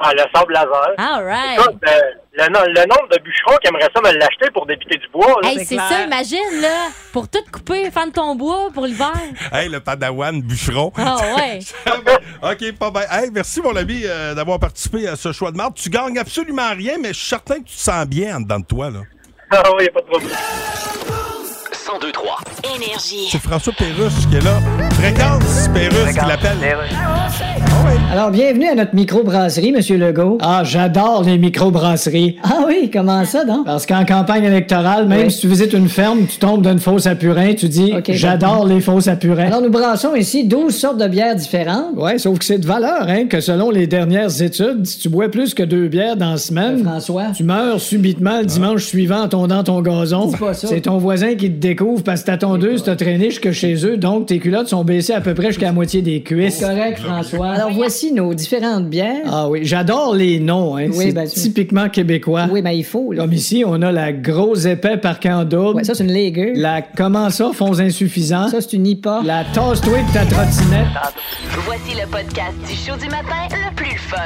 Ah, le sable laser. All right. Écoute, euh, le, no- le nombre de bûcherons qui aimeraient ça me l'acheter pour débiter du bois, là. Hey, c'est ça, imagine, là. Pour tout couper, faire de ton bois pour l'hiver. Hey, le padawan bûcheron. Ah ouais. <laughs> OK, pas bien. Hey, merci, mon ami, euh, d'avoir participé à ce choix de marde. Tu gagnes absolument rien, mais je suis certain que tu te sens bien en dedans de toi, là. Ah oui, pas de problème. 1023. Énergie. C'est François Pérusse qui est là. Fréquence Pérusse qui l'appelle. Alors, bienvenue à notre microbrasserie, Monsieur Legault. Ah, j'adore les microbrasseries. Ah oui, comment ça, donc? Parce qu'en campagne électorale, même Oui. si tu visites une ferme, tu tombes d'une fosse à purin, tu dis Ok, J'adore ben- les fausses à purin. Alors, nous brassons ici 12 sortes de bières différentes. Ouais, sauf que c'est de valeur, hein, que selon les dernières études, si tu bois plus que deux bières dans la semaine, tu meurs subitement le dimanche suivant en tondant ton gazon. Ah. C'est ton voisin qui te découvre parce que ta tondeuse t'a traîné jusque chez eux, donc tes culottes sont baissées à peu près jusqu'à la moitié des cuisses. correct, François. Alors voici nos différentes bières. Ah oui, j'adore les noms. Hein. Oui, c'est ben, tu- typiquement québécois. Oui, mais il faut. là. Comme ici, on a la grosse épais par en double. Ouais, ça, c'est une légueuse. La comment ça, fonds insuffisants. Ça, c'est une IPA. La tasse-toi de ta trottinette. Voici le podcast du show du matin le plus fun.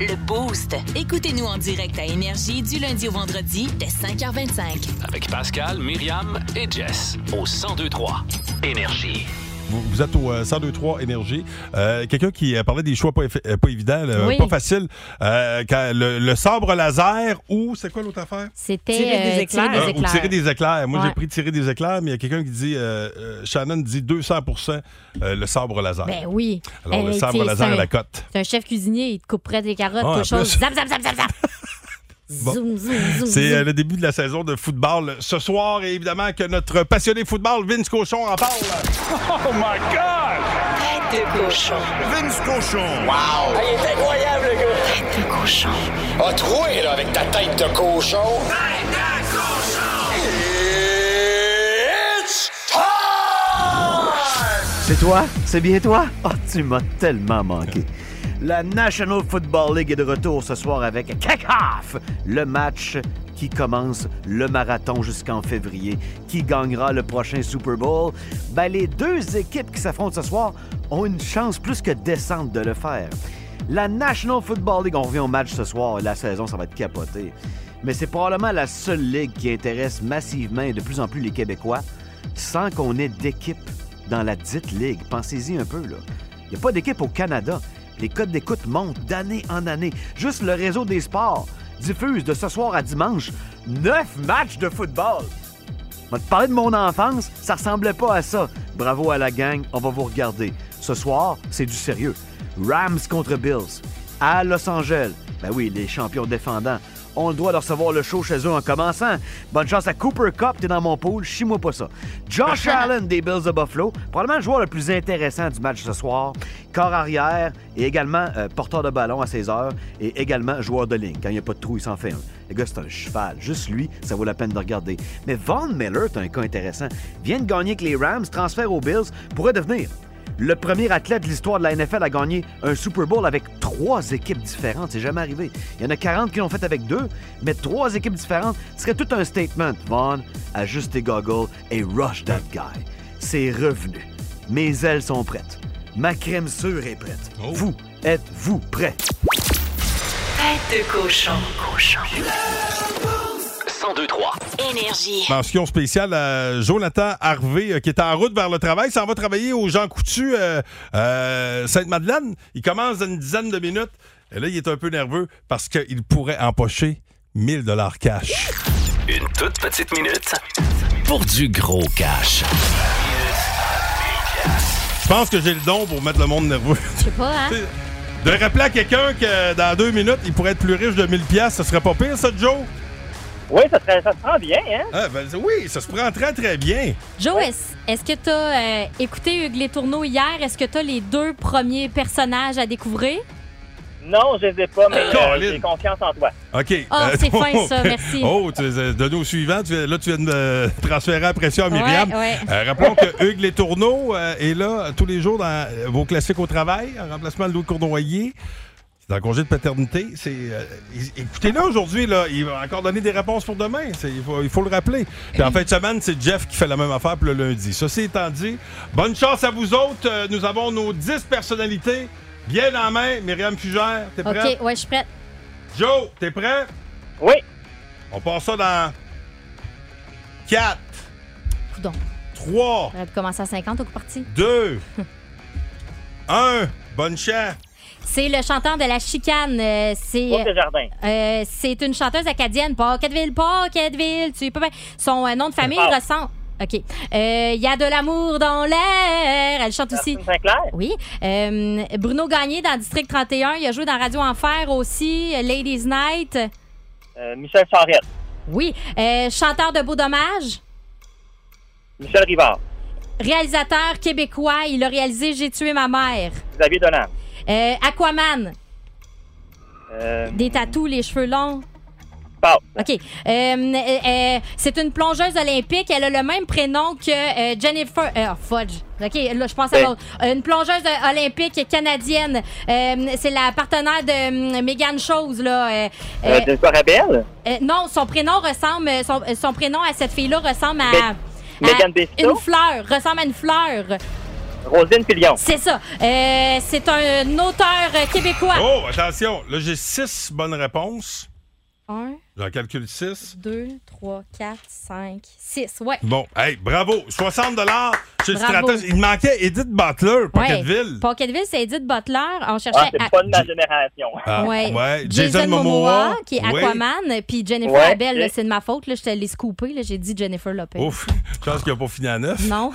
Le Boost. Écoutez-nous en direct à Énergie du lundi au vendredi dès 5h25. Avec Pascal, Myriam et Jess au 1023 Énergie. Vous, vous êtes au euh, 1023 Énergie. Euh, Quelqu'un qui euh, parlait des choix pas, effi- euh, pas évidents, là, Oui. pas faciles. Euh, quand le, le sabre laser ou c'est quoi l'autre affaire? C'était Tirer des euh, éclairs. Euh, ou tirer des éclairs. Moi, Ouais. j'ai pris tirer des éclairs, mais il y a quelqu'un qui dit, euh, euh, Shannon dit 200 euh, le sabre laser. Ben oui. Alors, le Hey, sabre t'sais, laser c'est à un- la cote. C'est un chef cuisinier, il te couperait des carottes, Ah, en quelque chose. plus. Zap, zap, zap, zap, zap. <laughs> Bon. Zoom, zoom, zoom. C'est euh, zoom. le début de la saison de football. Ce soir, et évidemment, que notre passionné football, Vince Cochon, en parle. Oh my God! Tête de cochon. Vince cochon. Wow! il est incroyable, le gars! Tête de cochon. A troué, là, avec ta tête de cochon. Tête de cochon! It's C'est toi? C'est bien toi? Ah, tu m'as tellement manqué. La National Football League est de retour ce soir avec Kick-Off, le match qui commence le marathon jusqu'en février. Qui gagnera le prochain Super Bowl? Ben, les deux équipes qui s'affrontent ce soir ont une chance plus que décente de le faire. La National Football League, on revient au match ce soir et la saison, ça va être capoté. Mais c'est probablement la seule ligue qui intéresse massivement et de plus en plus les Québécois sans qu'on ait d'équipe dans la dite ligue. Pensez-y un peu, là. Il n'y a pas d'équipe au Canada. Les codes d'écoute montent d'année en année. Juste le réseau des sports diffuse de ce soir à dimanche neuf matchs de football. On va te parler de mon enfance, ça ressemblait pas à ça. Bravo à la gang, on va vous regarder. Ce soir, c'est du sérieux. Rams contre Bills. À Los Angeles. Ben oui, les champions défendants. On doit leur recevoir le show chez eux en commençant. Bonne chance à Cooper Cup, t'es dans mon pool, chie-moi pas ça. Josh Allen des Bills de Buffalo, probablement le joueur le plus intéressant du match ce soir. Corps arrière et également euh, porteur de ballon à 16 heures et également joueur de ligne. Quand il n'y a pas de trou, il s'en fait un. Le gars, c'est un cheval. Juste lui, ça vaut la peine de regarder. Mais Von Miller, c'est un cas intéressant. Vient de gagner avec les Rams, transfert aux Bills, pourrait devenir le premier athlète de l'histoire de la NFL à gagner un Super Bowl avec trois équipes différentes. C'est jamais arrivé. Il y en a 40 qui l'ont fait avec deux, mais trois équipes différentes ce serait tout un statement. Vaughn, ajuste tes goggles et rush that guy. C'est revenu. Mes ailes sont prêtes. Ma crème sûre est prête. Vous, êtes-vous prêts? Tête de cochon. Cochon. 1023 Énergie. Mention spéciale à Jonathan Harvey, euh, qui est en route vers le travail. Ça va travailler aux Jean Coutu, euh, euh, Sainte-Madeleine. Il commence dans une dizaine de minutes. Et là, il est un peu nerveux parce qu'il pourrait empocher 1000 dollars cash. Une toute petite minute pour du gros cash. Je pense que j'ai le don pour mettre le monde nerveux. <laughs> Je sais pas, hein? De rappeler à quelqu'un que dans deux minutes, il pourrait être plus riche de 1000 pièces, ce serait pas pire, ça, Joe? Oui, ça, serait- ça se prend bien, hein? Ah, ben, oui, ça se prend très, très bien. Joe, est-ce- est-ce que tu as écouté Hugues Les Tourneaux hier? Est-ce que tu as les deux premiers personnages à découvrir? Non, je ne sais pas, mais euh, Colin. j'ai confiance en toi. OK. Euh, Ah, c'est <laughs> fin, ça, merci. Oh, tu es donné au suivant. Tu, viens- là, tu viens de me <laughs> transférer la pression à Ouais, Myriam. ouais. Euh, rappelons que Hugues Les Tourneaux euh, est là tous les jours dans euh, vos classiques au travail, en remplacement de Louis Cournoyer. C'est dans le congé de paternité. C'est, euh, é- écoutez-le aujourd'hui, là. Il va encore donner des réponses pour demain. C'est- il, faut, il faut le rappeler. Puis en fin de semaine, c'est Jeff qui fait la même affaire pour le lundi. Ceci étant dit, bonne chance à vous autres. Euh, Nous avons nos 10 personnalités bien en main. Myriam Fugère, t'es prête? OK, ouais, je suis prête. Joe, t'es prêt? Oui. On part ça dans 4, Coudon. 3, On aurait pu commencer à 50 au coup parti. <laughs> 2, 1. Bonne chance. C'est le chanteur de La Chicane. euh, c'est. Paul Desjardins. Euh, c'est une chanteuse acadienne. Paquetteville, Paquetteville, tu peux pas. Son euh, nom de famille Ah. ressemble. OK. Euh, Il y a de l'amour dans l'air. Elle chante aussi. Oui. Euh, Bruno Gagné dans District 31. Il a joué dans Radio Enfer aussi. euh, Ladies Night. Euh, Michel Charette. Oui. Euh, chanteur de Beau Dommage. Michel Rivard. Réalisateur québécois. Il a réalisé J'ai tué ma mère. Xavier Dolan. Euh, Aquaman. Euh, Des tatous, les cheveux longs. Paul. OK. Euh, euh, euh, c'est une plongeuse olympique. Elle a le même prénom que euh, Jennifer. euh, oh, fudge. OK, là, je pense à Ben. l'autre. Euh, Une plongeuse euh, olympique canadienne. Euh, c'est la partenaire de euh, Megan Chose, là. Euh, euh, Euh, Eh. Jennifer Abel. euh, non, son prénom ressemble. euh, Son, euh, son prénom à cette fille-là ressemble à. Me- à Megan Bestiaux? Une fleur. Ressemble à une fleur. Rosine Pillion. C'est ça. Euh, c'est un auteur euh, québécois. Oh, attention, là j'ai six bonnes réponses. Un, J'en calcule six. deux, trois, quatre, cinq, six. Ouais. Bon, hey, bravo. 60 chez le Bravo. stratège. Il manquait Edith Butler, Pocketville. Ouais. Pocketville, c'est Edith Butler. On cherchait. à- Ah, pas de ma génération. Ah, Ouais. ouais. Jason, Jason Momoa, Momoa, qui est oui. Aquaman, puis Jennifer Ouais. Abel, là, c'est de ma faute, là, je te l'ai scoopé, là, j'ai dit Jennifer Lopez. Ouf, <laughs> je pense qu'il n'a pas fini à neuf. Ah. Non.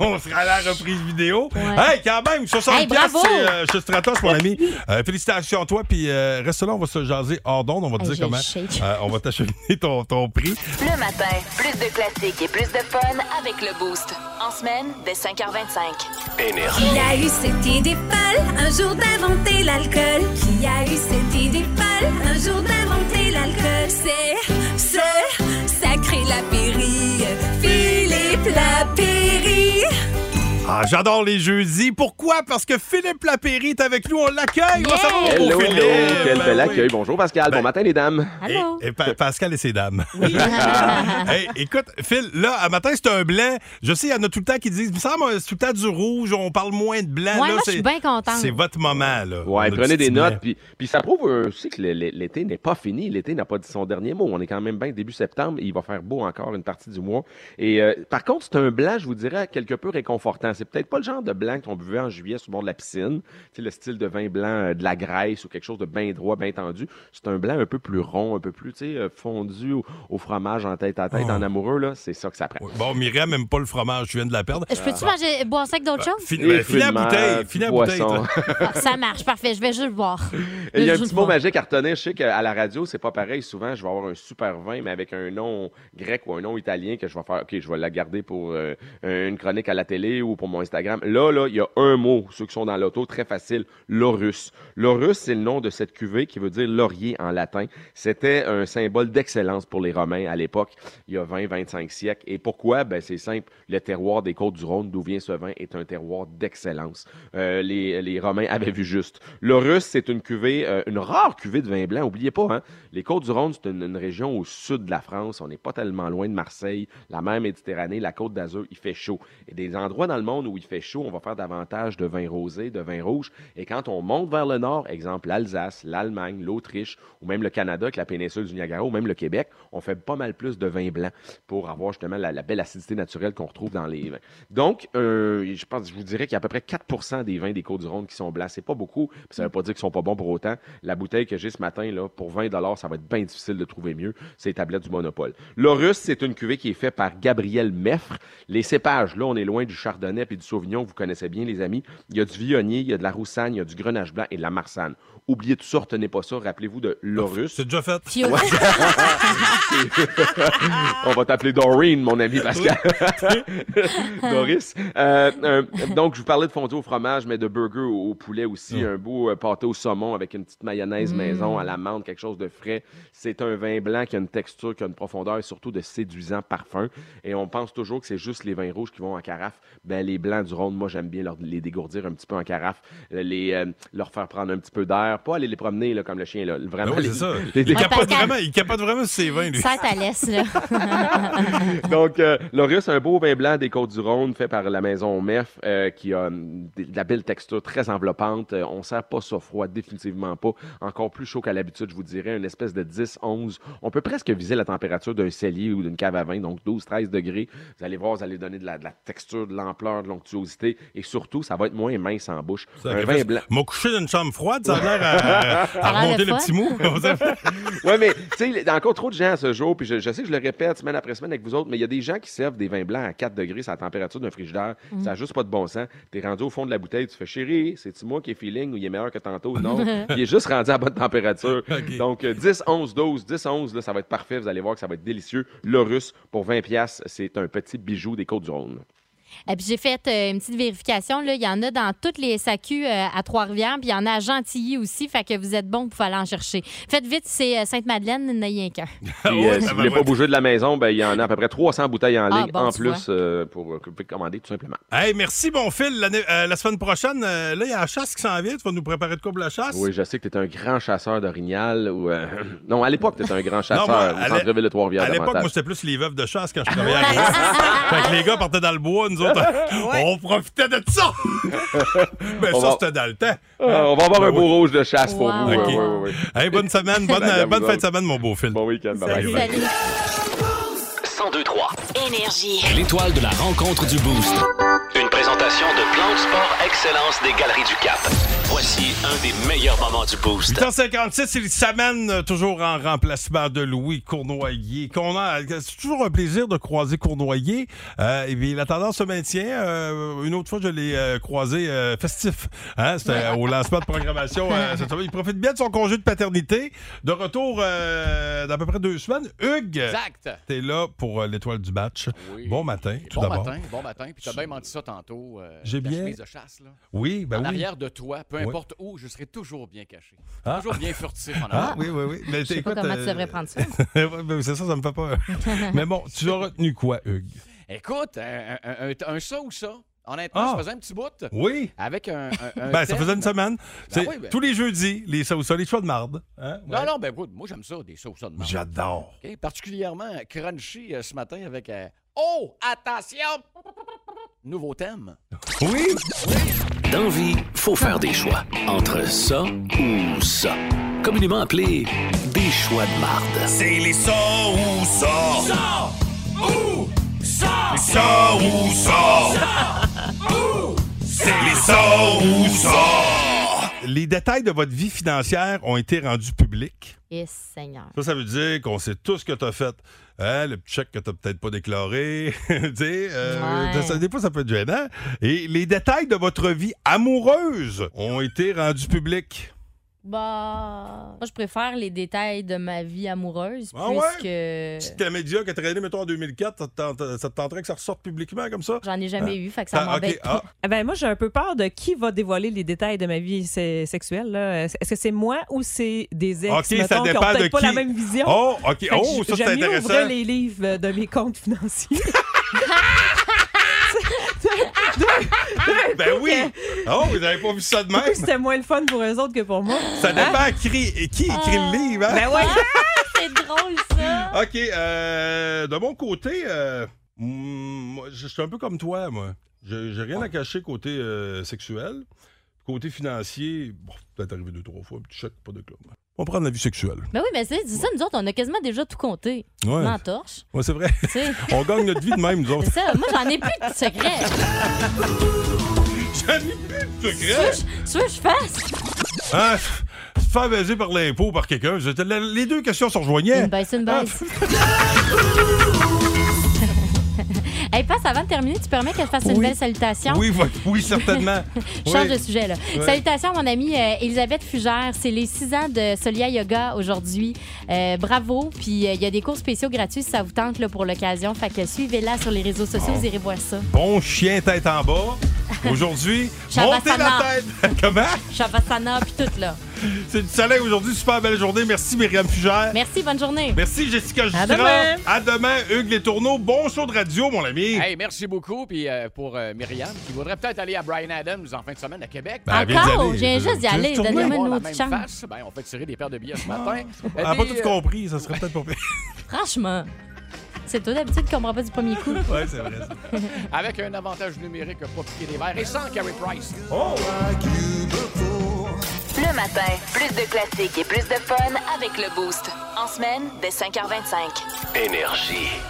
On sera à la reprise vidéo. Ouais. Hey, quand même, 60 Hey, bravo. c'est euh, chez Stratos, mon ami. Euh, félicitations à toi. Puis euh, reste là, on va se jaser hors d'onde. On va te Hey, dire j'ai comment le shake. euh, on va t'acheminer ton, ton prix. Le matin, plus de classiques et plus de fun avec le Boost. En semaine, dès 5h25. Qui a eu cette idée folle un jour d'inventer l'alcool Qui a eu cette idée folle un jour d'inventer l'alcool C'est ce sacré Lapéry, Philippe Lapéry. Ah, j'adore les jeudis. Pourquoi? Parce que Philippe Lapéry est avec nous. On l'accueille. Bon, ça va, mon Hello, Philippe? hello. Quel bel Ben oui. accueil. Bonjour, Pascal. Bon matin, les dames. Allô. Et Pa- Pascal et ses dames. <laughs> Hey, écoute, Phil, là, à matin, c'est un blanc. Je sais, il y en a tout le temps qui disent, il me semble, euh, c'est tout le temps du rouge, on parle moins de blanc. Ouais, là, moi, je c'est- suis bien contente. C'est votre moment, là. Ouais, On a prenez des du petit blanc. notes. Puis, puis ça prouve euh, aussi que le- le- l'été n'est pas fini. L'été n'a pas dit son dernier mot. On est quand même bien début septembre. Il va faire beau encore une partie du mois. Et euh, par contre, c'est un blanc, je vous dirais, quelque peu réconfortant. C'est peut-être pas le genre de blanc qu'on buvait en juillet sur le bord de la piscine. Tu sais, le style de vin blanc euh, de la Grèce ou quelque chose de bien droit, bien tendu. C'est un blanc un peu plus rond, un peu plus, tu sais, euh, fondu au, au fromage en tête à tête, Ah. en amoureux, là. C'est ça que ça prend. Bon, Myriam n'aime pas le fromage, je viens de la perdre. Je peux-tu manger, boire ça avec d'autres choses? Fini ben, finis la Fruits de mer, bouteille, finis la bouteille. poisson. toi. <laughs> Ah, ça marche, parfait, je vais juste boire. Et il y a un Juste petit mot boire. magique à retenir. Je sais qu'à la radio, c'est pas pareil. Souvent, je vais avoir un super vin, mais avec un nom grec ou un nom italien que je vais faire, OK, je vais la garder pour euh, une chronique à la télé ou pour mon Instagram. Là, là, il y a un mot, ceux qui sont dans l'auto, très facile, l'orus. L'orus, c'est le nom de cette cuvée qui veut dire laurier en latin. C'était un symbole d'excellence pour les Romains à l'époque, il y a 20, 25 siècles. Et pourquoi? Ben, c'est simple. Le terroir des Côtes-du-Rhône, d'où vient ce vin, est un terroir d'excellence. Euh, les, les Romains avaient vu juste. L'Orus, c'est une cuvée, euh, une rare cuvée de vin blanc. Oubliez pas, hein, les Côtes-du-Rhône, c'est une, une région au sud de la France. On n'est pas tellement loin de Marseille. La mer Méditerranée, la Côte d'Azur, il fait chaud. Et des endroits dans le monde où il fait chaud, on va faire davantage de vin rosé, de vin rouge. Et quand on monte vers le nord, exemple l'Alsace, l'Allemagne, l'Autriche, ou même le Canada, avec la péninsule du Niagara, ou même le Québec, on fait pas mal plus de vin blanc pour avoir justement la, la belle acidité naturelle qu'on retrouve dans les vins. Donc, euh, je pense, je vous dirais qu'il y a à peu près 4 des vins des Côtes-du-Rhône qui sont blancs. C'est pas beaucoup, puis ça veut pas dire qu'ils sont pas bons pour autant. La bouteille que j'ai ce matin, là, pour 20 ça va être bien difficile de trouver mieux. C'est les tablettes du Monopole. L'Orus, c'est une cuvée qui est faite par Gabriel Meffre. Les cépages, là, on est loin du Chardonnay puis du Sauvignon, vous connaissez bien, les amis. Il y a du Viognier, il y a de la Roussanne, il y a du Grenache blanc et de la Marsanne. Oubliez tout ça, retenez pas ça. Rappelez-vous de l'Orus. C'est déjà fait. Ouais. <laughs> On va t'appeler Doreen, mon ami Pascal. <laughs> Doris. Euh, un- donc, je vous parlais de fondue au fromage, mais de burger au, au poulet aussi. Ah. Un beau euh, pâté au saumon avec une petite mayonnaise Mm. maison à l'amande, quelque chose de frais. C'est un vin blanc qui a une texture, qui a une profondeur et surtout de séduisant parfum. Et on pense toujours que c'est juste les vins rouges qui vont en carafe. Ben, les blancs du Rhône, moi, j'aime bien leur- les dégourdir un petit peu en carafe, les, euh, leur faire prendre un petit peu d'air, pas aller les promener là, comme le chien. Là. Vraiment, Ben oui, les- c'est ça. les- Il capote Pascal. vraiment, il capote vraiment sur ses vins, lui. Ça, ta laisse, là. Donc, euh, L'Orus, un beau vin blanc des Côtes-du-Rhône fait par la maison MEF euh, qui a hum, des- de la belle texture très enveloppante. Euh, on sert pas ça froid, définitivement pas. Encore plus chaud qu'à l'habitude, je vous dirais, une espèce de 10-11. On peut presque viser la température d'un cellier ou d'une cave à vin, donc 12-13 degrés. Vous allez voir, vous allez donner de la, de la texture, de l'ampleur, de l'onctuosité et surtout, ça va être moins mince en bouche. Ça, un qu'elle vin fasse- blanc. M'a couché dans une chambre froide, ça a l'air à- à Ça a l'air remonter le le fun. petit mou. <laughs> oui, mais tu sais, encore trop de gens à ce jour, puis je, je sais que je le répète semaine après semaine avec vous autres, mais il y a des gens qui servent des vins blancs à 4 degrés à la température d'un frigidaire. Mm. Mhm. Ça n'a juste pas de bon sens. T'es rendu au fond de la bouteille, tu fais chérie, c'est-tu moi qui ai feeling ou il est meilleur que tantôt? Non. <laughs> il est juste rendu à bonne température. Donc euh, 10, 11, 12, 10, 11, là, ça va être parfait. Vous allez voir que ça va être délicieux. Le russe, pour 20$, piastres, c'est un petit bijou des Côtes-du-Rhône. Et puis j'ai fait euh, une petite vérification. Là. Il y en a dans toutes les SAQ euh, à Trois-Rivières, puis il y en a à Gentilly aussi. Fait que vous êtes bon pour aller en chercher. Faites vite, c'est euh, Sainte-Madeleine, il n'y en a rien <laughs> qu'un. Puis, euh, si vous voulez pas bouger de la maison, ben, il y en a à peu près 300 bouteilles en Ah, ligne bon, en tu plus euh, pour euh, que vous pouvez commander tout simplement. Hey, merci, bon fil. L'année- euh, la semaine prochaine, euh, là, il y a la chasse qui s'en vient. Tu vas nous préparer de quoi pour la chasse? Oui, je sais que tu un grand chasseur d'orignal. Ou, euh, <clears throat> Non, à l'époque, tu un grand Non, moi, chasseur à au l'é- centre-ville de Trois-Rivières. À l'époque, davantage. moi, c'était plus les veuves de chasse quand je travaillais à l'ouest. <laughs> Fait que les gars partaient dans le bois, nous autres, on profitait de <laughs> ça! Mais On ça, va- c'était dans le temps. Ah, on va avoir Ben un oui. beau rouge de chasse pour vous. Ok. Oui, oui, oui. Hey, bonne <laughs> semaine, bonne, Madame, bonne vous fin de autres. semaine, mon beau film. Bon week-end, Salut. bye-bye. 1023. Énergie. L'étoile de la rencontre du Boost. Une présentation de Plan de Sport Excellence des Galeries du Cap. Voici un des meilleurs moments du Boost. 8h56, il s'amène euh, toujours en remplacement de Louis Cournoyer. qu'on a- euh, C'est toujours un plaisir de croiser Cournoyer. Euh, et bien, la tendance se maintient. Euh, une autre fois, je l'ai euh, croisé euh, festif. Hein, C'était euh, au lancement de programmation. euh, cette semaine. Il profite bien de son congé de paternité. De retour euh, d'à peu près deux semaines. Hugues, Exact. t'es là pour euh, l'étoile du match. Bon matin, tout bon d'abord. matin, bon matin. Puis tu as bien menti ça tantôt. euh, J'ai la bien- chemise de chasse, là. Oui, ben en oui. arrière de toi, peu Oui. importe où, je serai toujours bien caché. Ah. Toujours bien furtif en arrière. Ah oui, oui, oui. Mais Je sais écoute, euh, pas comment tu devrais prendre ça. <laughs> Ouais, ben, c'est ça, ça me fait peur. Mais bon, tu as retenu quoi, Hugues? <laughs> Écoute, un, un- un- un ça ou ça. Honnêtement, Ah. je faisais un petit bout. Oui. Avec un. un- un <laughs> Ben, ça thème. faisait une semaine. C'est oui, Euh, ben- Tous les jeudis, les ça ou ça, les choix de marde. hein? Non, non, ben écoute, moi j'aime ça, des sauces de marde. J'adore. OK, Particulièrement crunchy euh, ce matin avec. euh, oh, attention! Nouveau thème. Oui. Dans vie, faut faire des choix. Entre ça ou ça. Communément appelé des choix de marde. C'est les ça ou ça. Ça ou ça. Ça ou ça. C'est les ça ou ça. Les détails de votre vie financière ont été rendus publics. Et Seigneur. Ça, ça veut dire qu'on sait tout ce que tu as fait. Hein, le petit chèque que tu peut-être pas déclaré. <laughs> Tu sais, euh, Ouais. ça- des fois, ça peut être gênant. Et les détails de votre vie amoureuse ont été rendus publics. Bah, moi, je préfère les détails de ma vie amoureuse Ah plus ouais? que. C'était média qui a traîné, mettons, en 2004. Ça te, tente- ça te tenterait que ça ressorte publiquement comme ça? J'en ai jamais eu, fait que ça Ah, m'embête ok, ah. <laughs> Eh ben moi j'ai un peu peur de qui va dévoiler les détails de ma vie se- sexuelle. là. Est-ce que c'est moi ou c'est des ex Ok, ça mettons, qui ont dépend peut-être de pas qui. la même vision. Oh, ok. Fait que Oh, j- ça, c'est j'aime mieux intéressant. ouvrir les livres de mes comptes financiers. <laughs> <laughs> Ben oui! Oh, vous n'avez pas vu ça de même? C'était moins le fun pour eux autres que pour moi. Ça dépend Hein? qui, qui écrit Ah. le livre. hein? Ben ouais. c'est drôle <laughs> ça. OK. euh, de mon côté, euh, mm, moi, je je suis un peu comme toi, moi. Je- J'ai rien Ah. à cacher côté euh, sexuel. Côté financier, bon, peut-être arrivé deux, trois fois, un petit chèque, pas de club. hein. On va prendre la vie sexuelle. Ben oui, mais c'est dis ça, nous autres, on a quasiment déjà tout compté. Ouais. On torche. Ouais, c'est vrai. Tu sais. <laughs> On gagne notre vie de même, nous autres. <laughs> C'est ça, moi <laughs> j'en ai plus de secrets. <laughs> J'en ai plus de Tu secrets. veux, que je- tu veux que je fasse? Hein, f- se faire baiser par l'impôt ou par quelqu'un. c'était la- Les deux questions se rejoignaient. Une baisse, <laughs> une baisse. hey, passe avant de terminer, tu permets que je fasse une belle salutation? Oui, oui, oui, certainement. <laughs> Je change Oui. de sujet, là. Ouais. Salutations à mon amie euh, Elisabeth Fugère. C'est les 6 ans de Solia Yoga aujourd'hui. Euh, bravo. Puis euh, il y a des cours spéciaux gratuits si ça vous tente là, pour l'occasion. Fait que suivez-la sur les réseaux sociaux, Bon. vous irez voir ça. Bon chien tête en <laughs> bas. Aujourd'hui, montez la Shavasana. tête. <laughs> Comment? Shavasana, puis tout, là. C'est du soleil aujourd'hui. Super belle journée. Merci, Myriam Fugère. Merci, bonne journée. Merci, Jessica Justra. demain. À demain, Hugues Les Tourneaux. Bon show de radio, mon ami. Hey, merci beaucoup. Puis euh, pour euh, Myriam, qui voudrait peut-être aller à Brian Adams en fin de semaine à Québec. Ben, elle vient d'y aller. J'ai juste Tu d'y veux aller. se tourner? Donnez-moi Avoir une la autre même chance. face, ben, on fait tirer des paires de billets ce matin. euh, Elle n'a pas tout compris. Ça serait peut-être pas pire. Franchement, c'est toi d'habitude qu'on prend pas du premier coup. Ouais, c'est vrai. ça. <laughs> Avec un avantage numérique pour piquer des verres et sans Carey Price. Oh! Le matin, plus de classiques et plus de fun avec le Boost. En semaine, dès 5h25. Énergie.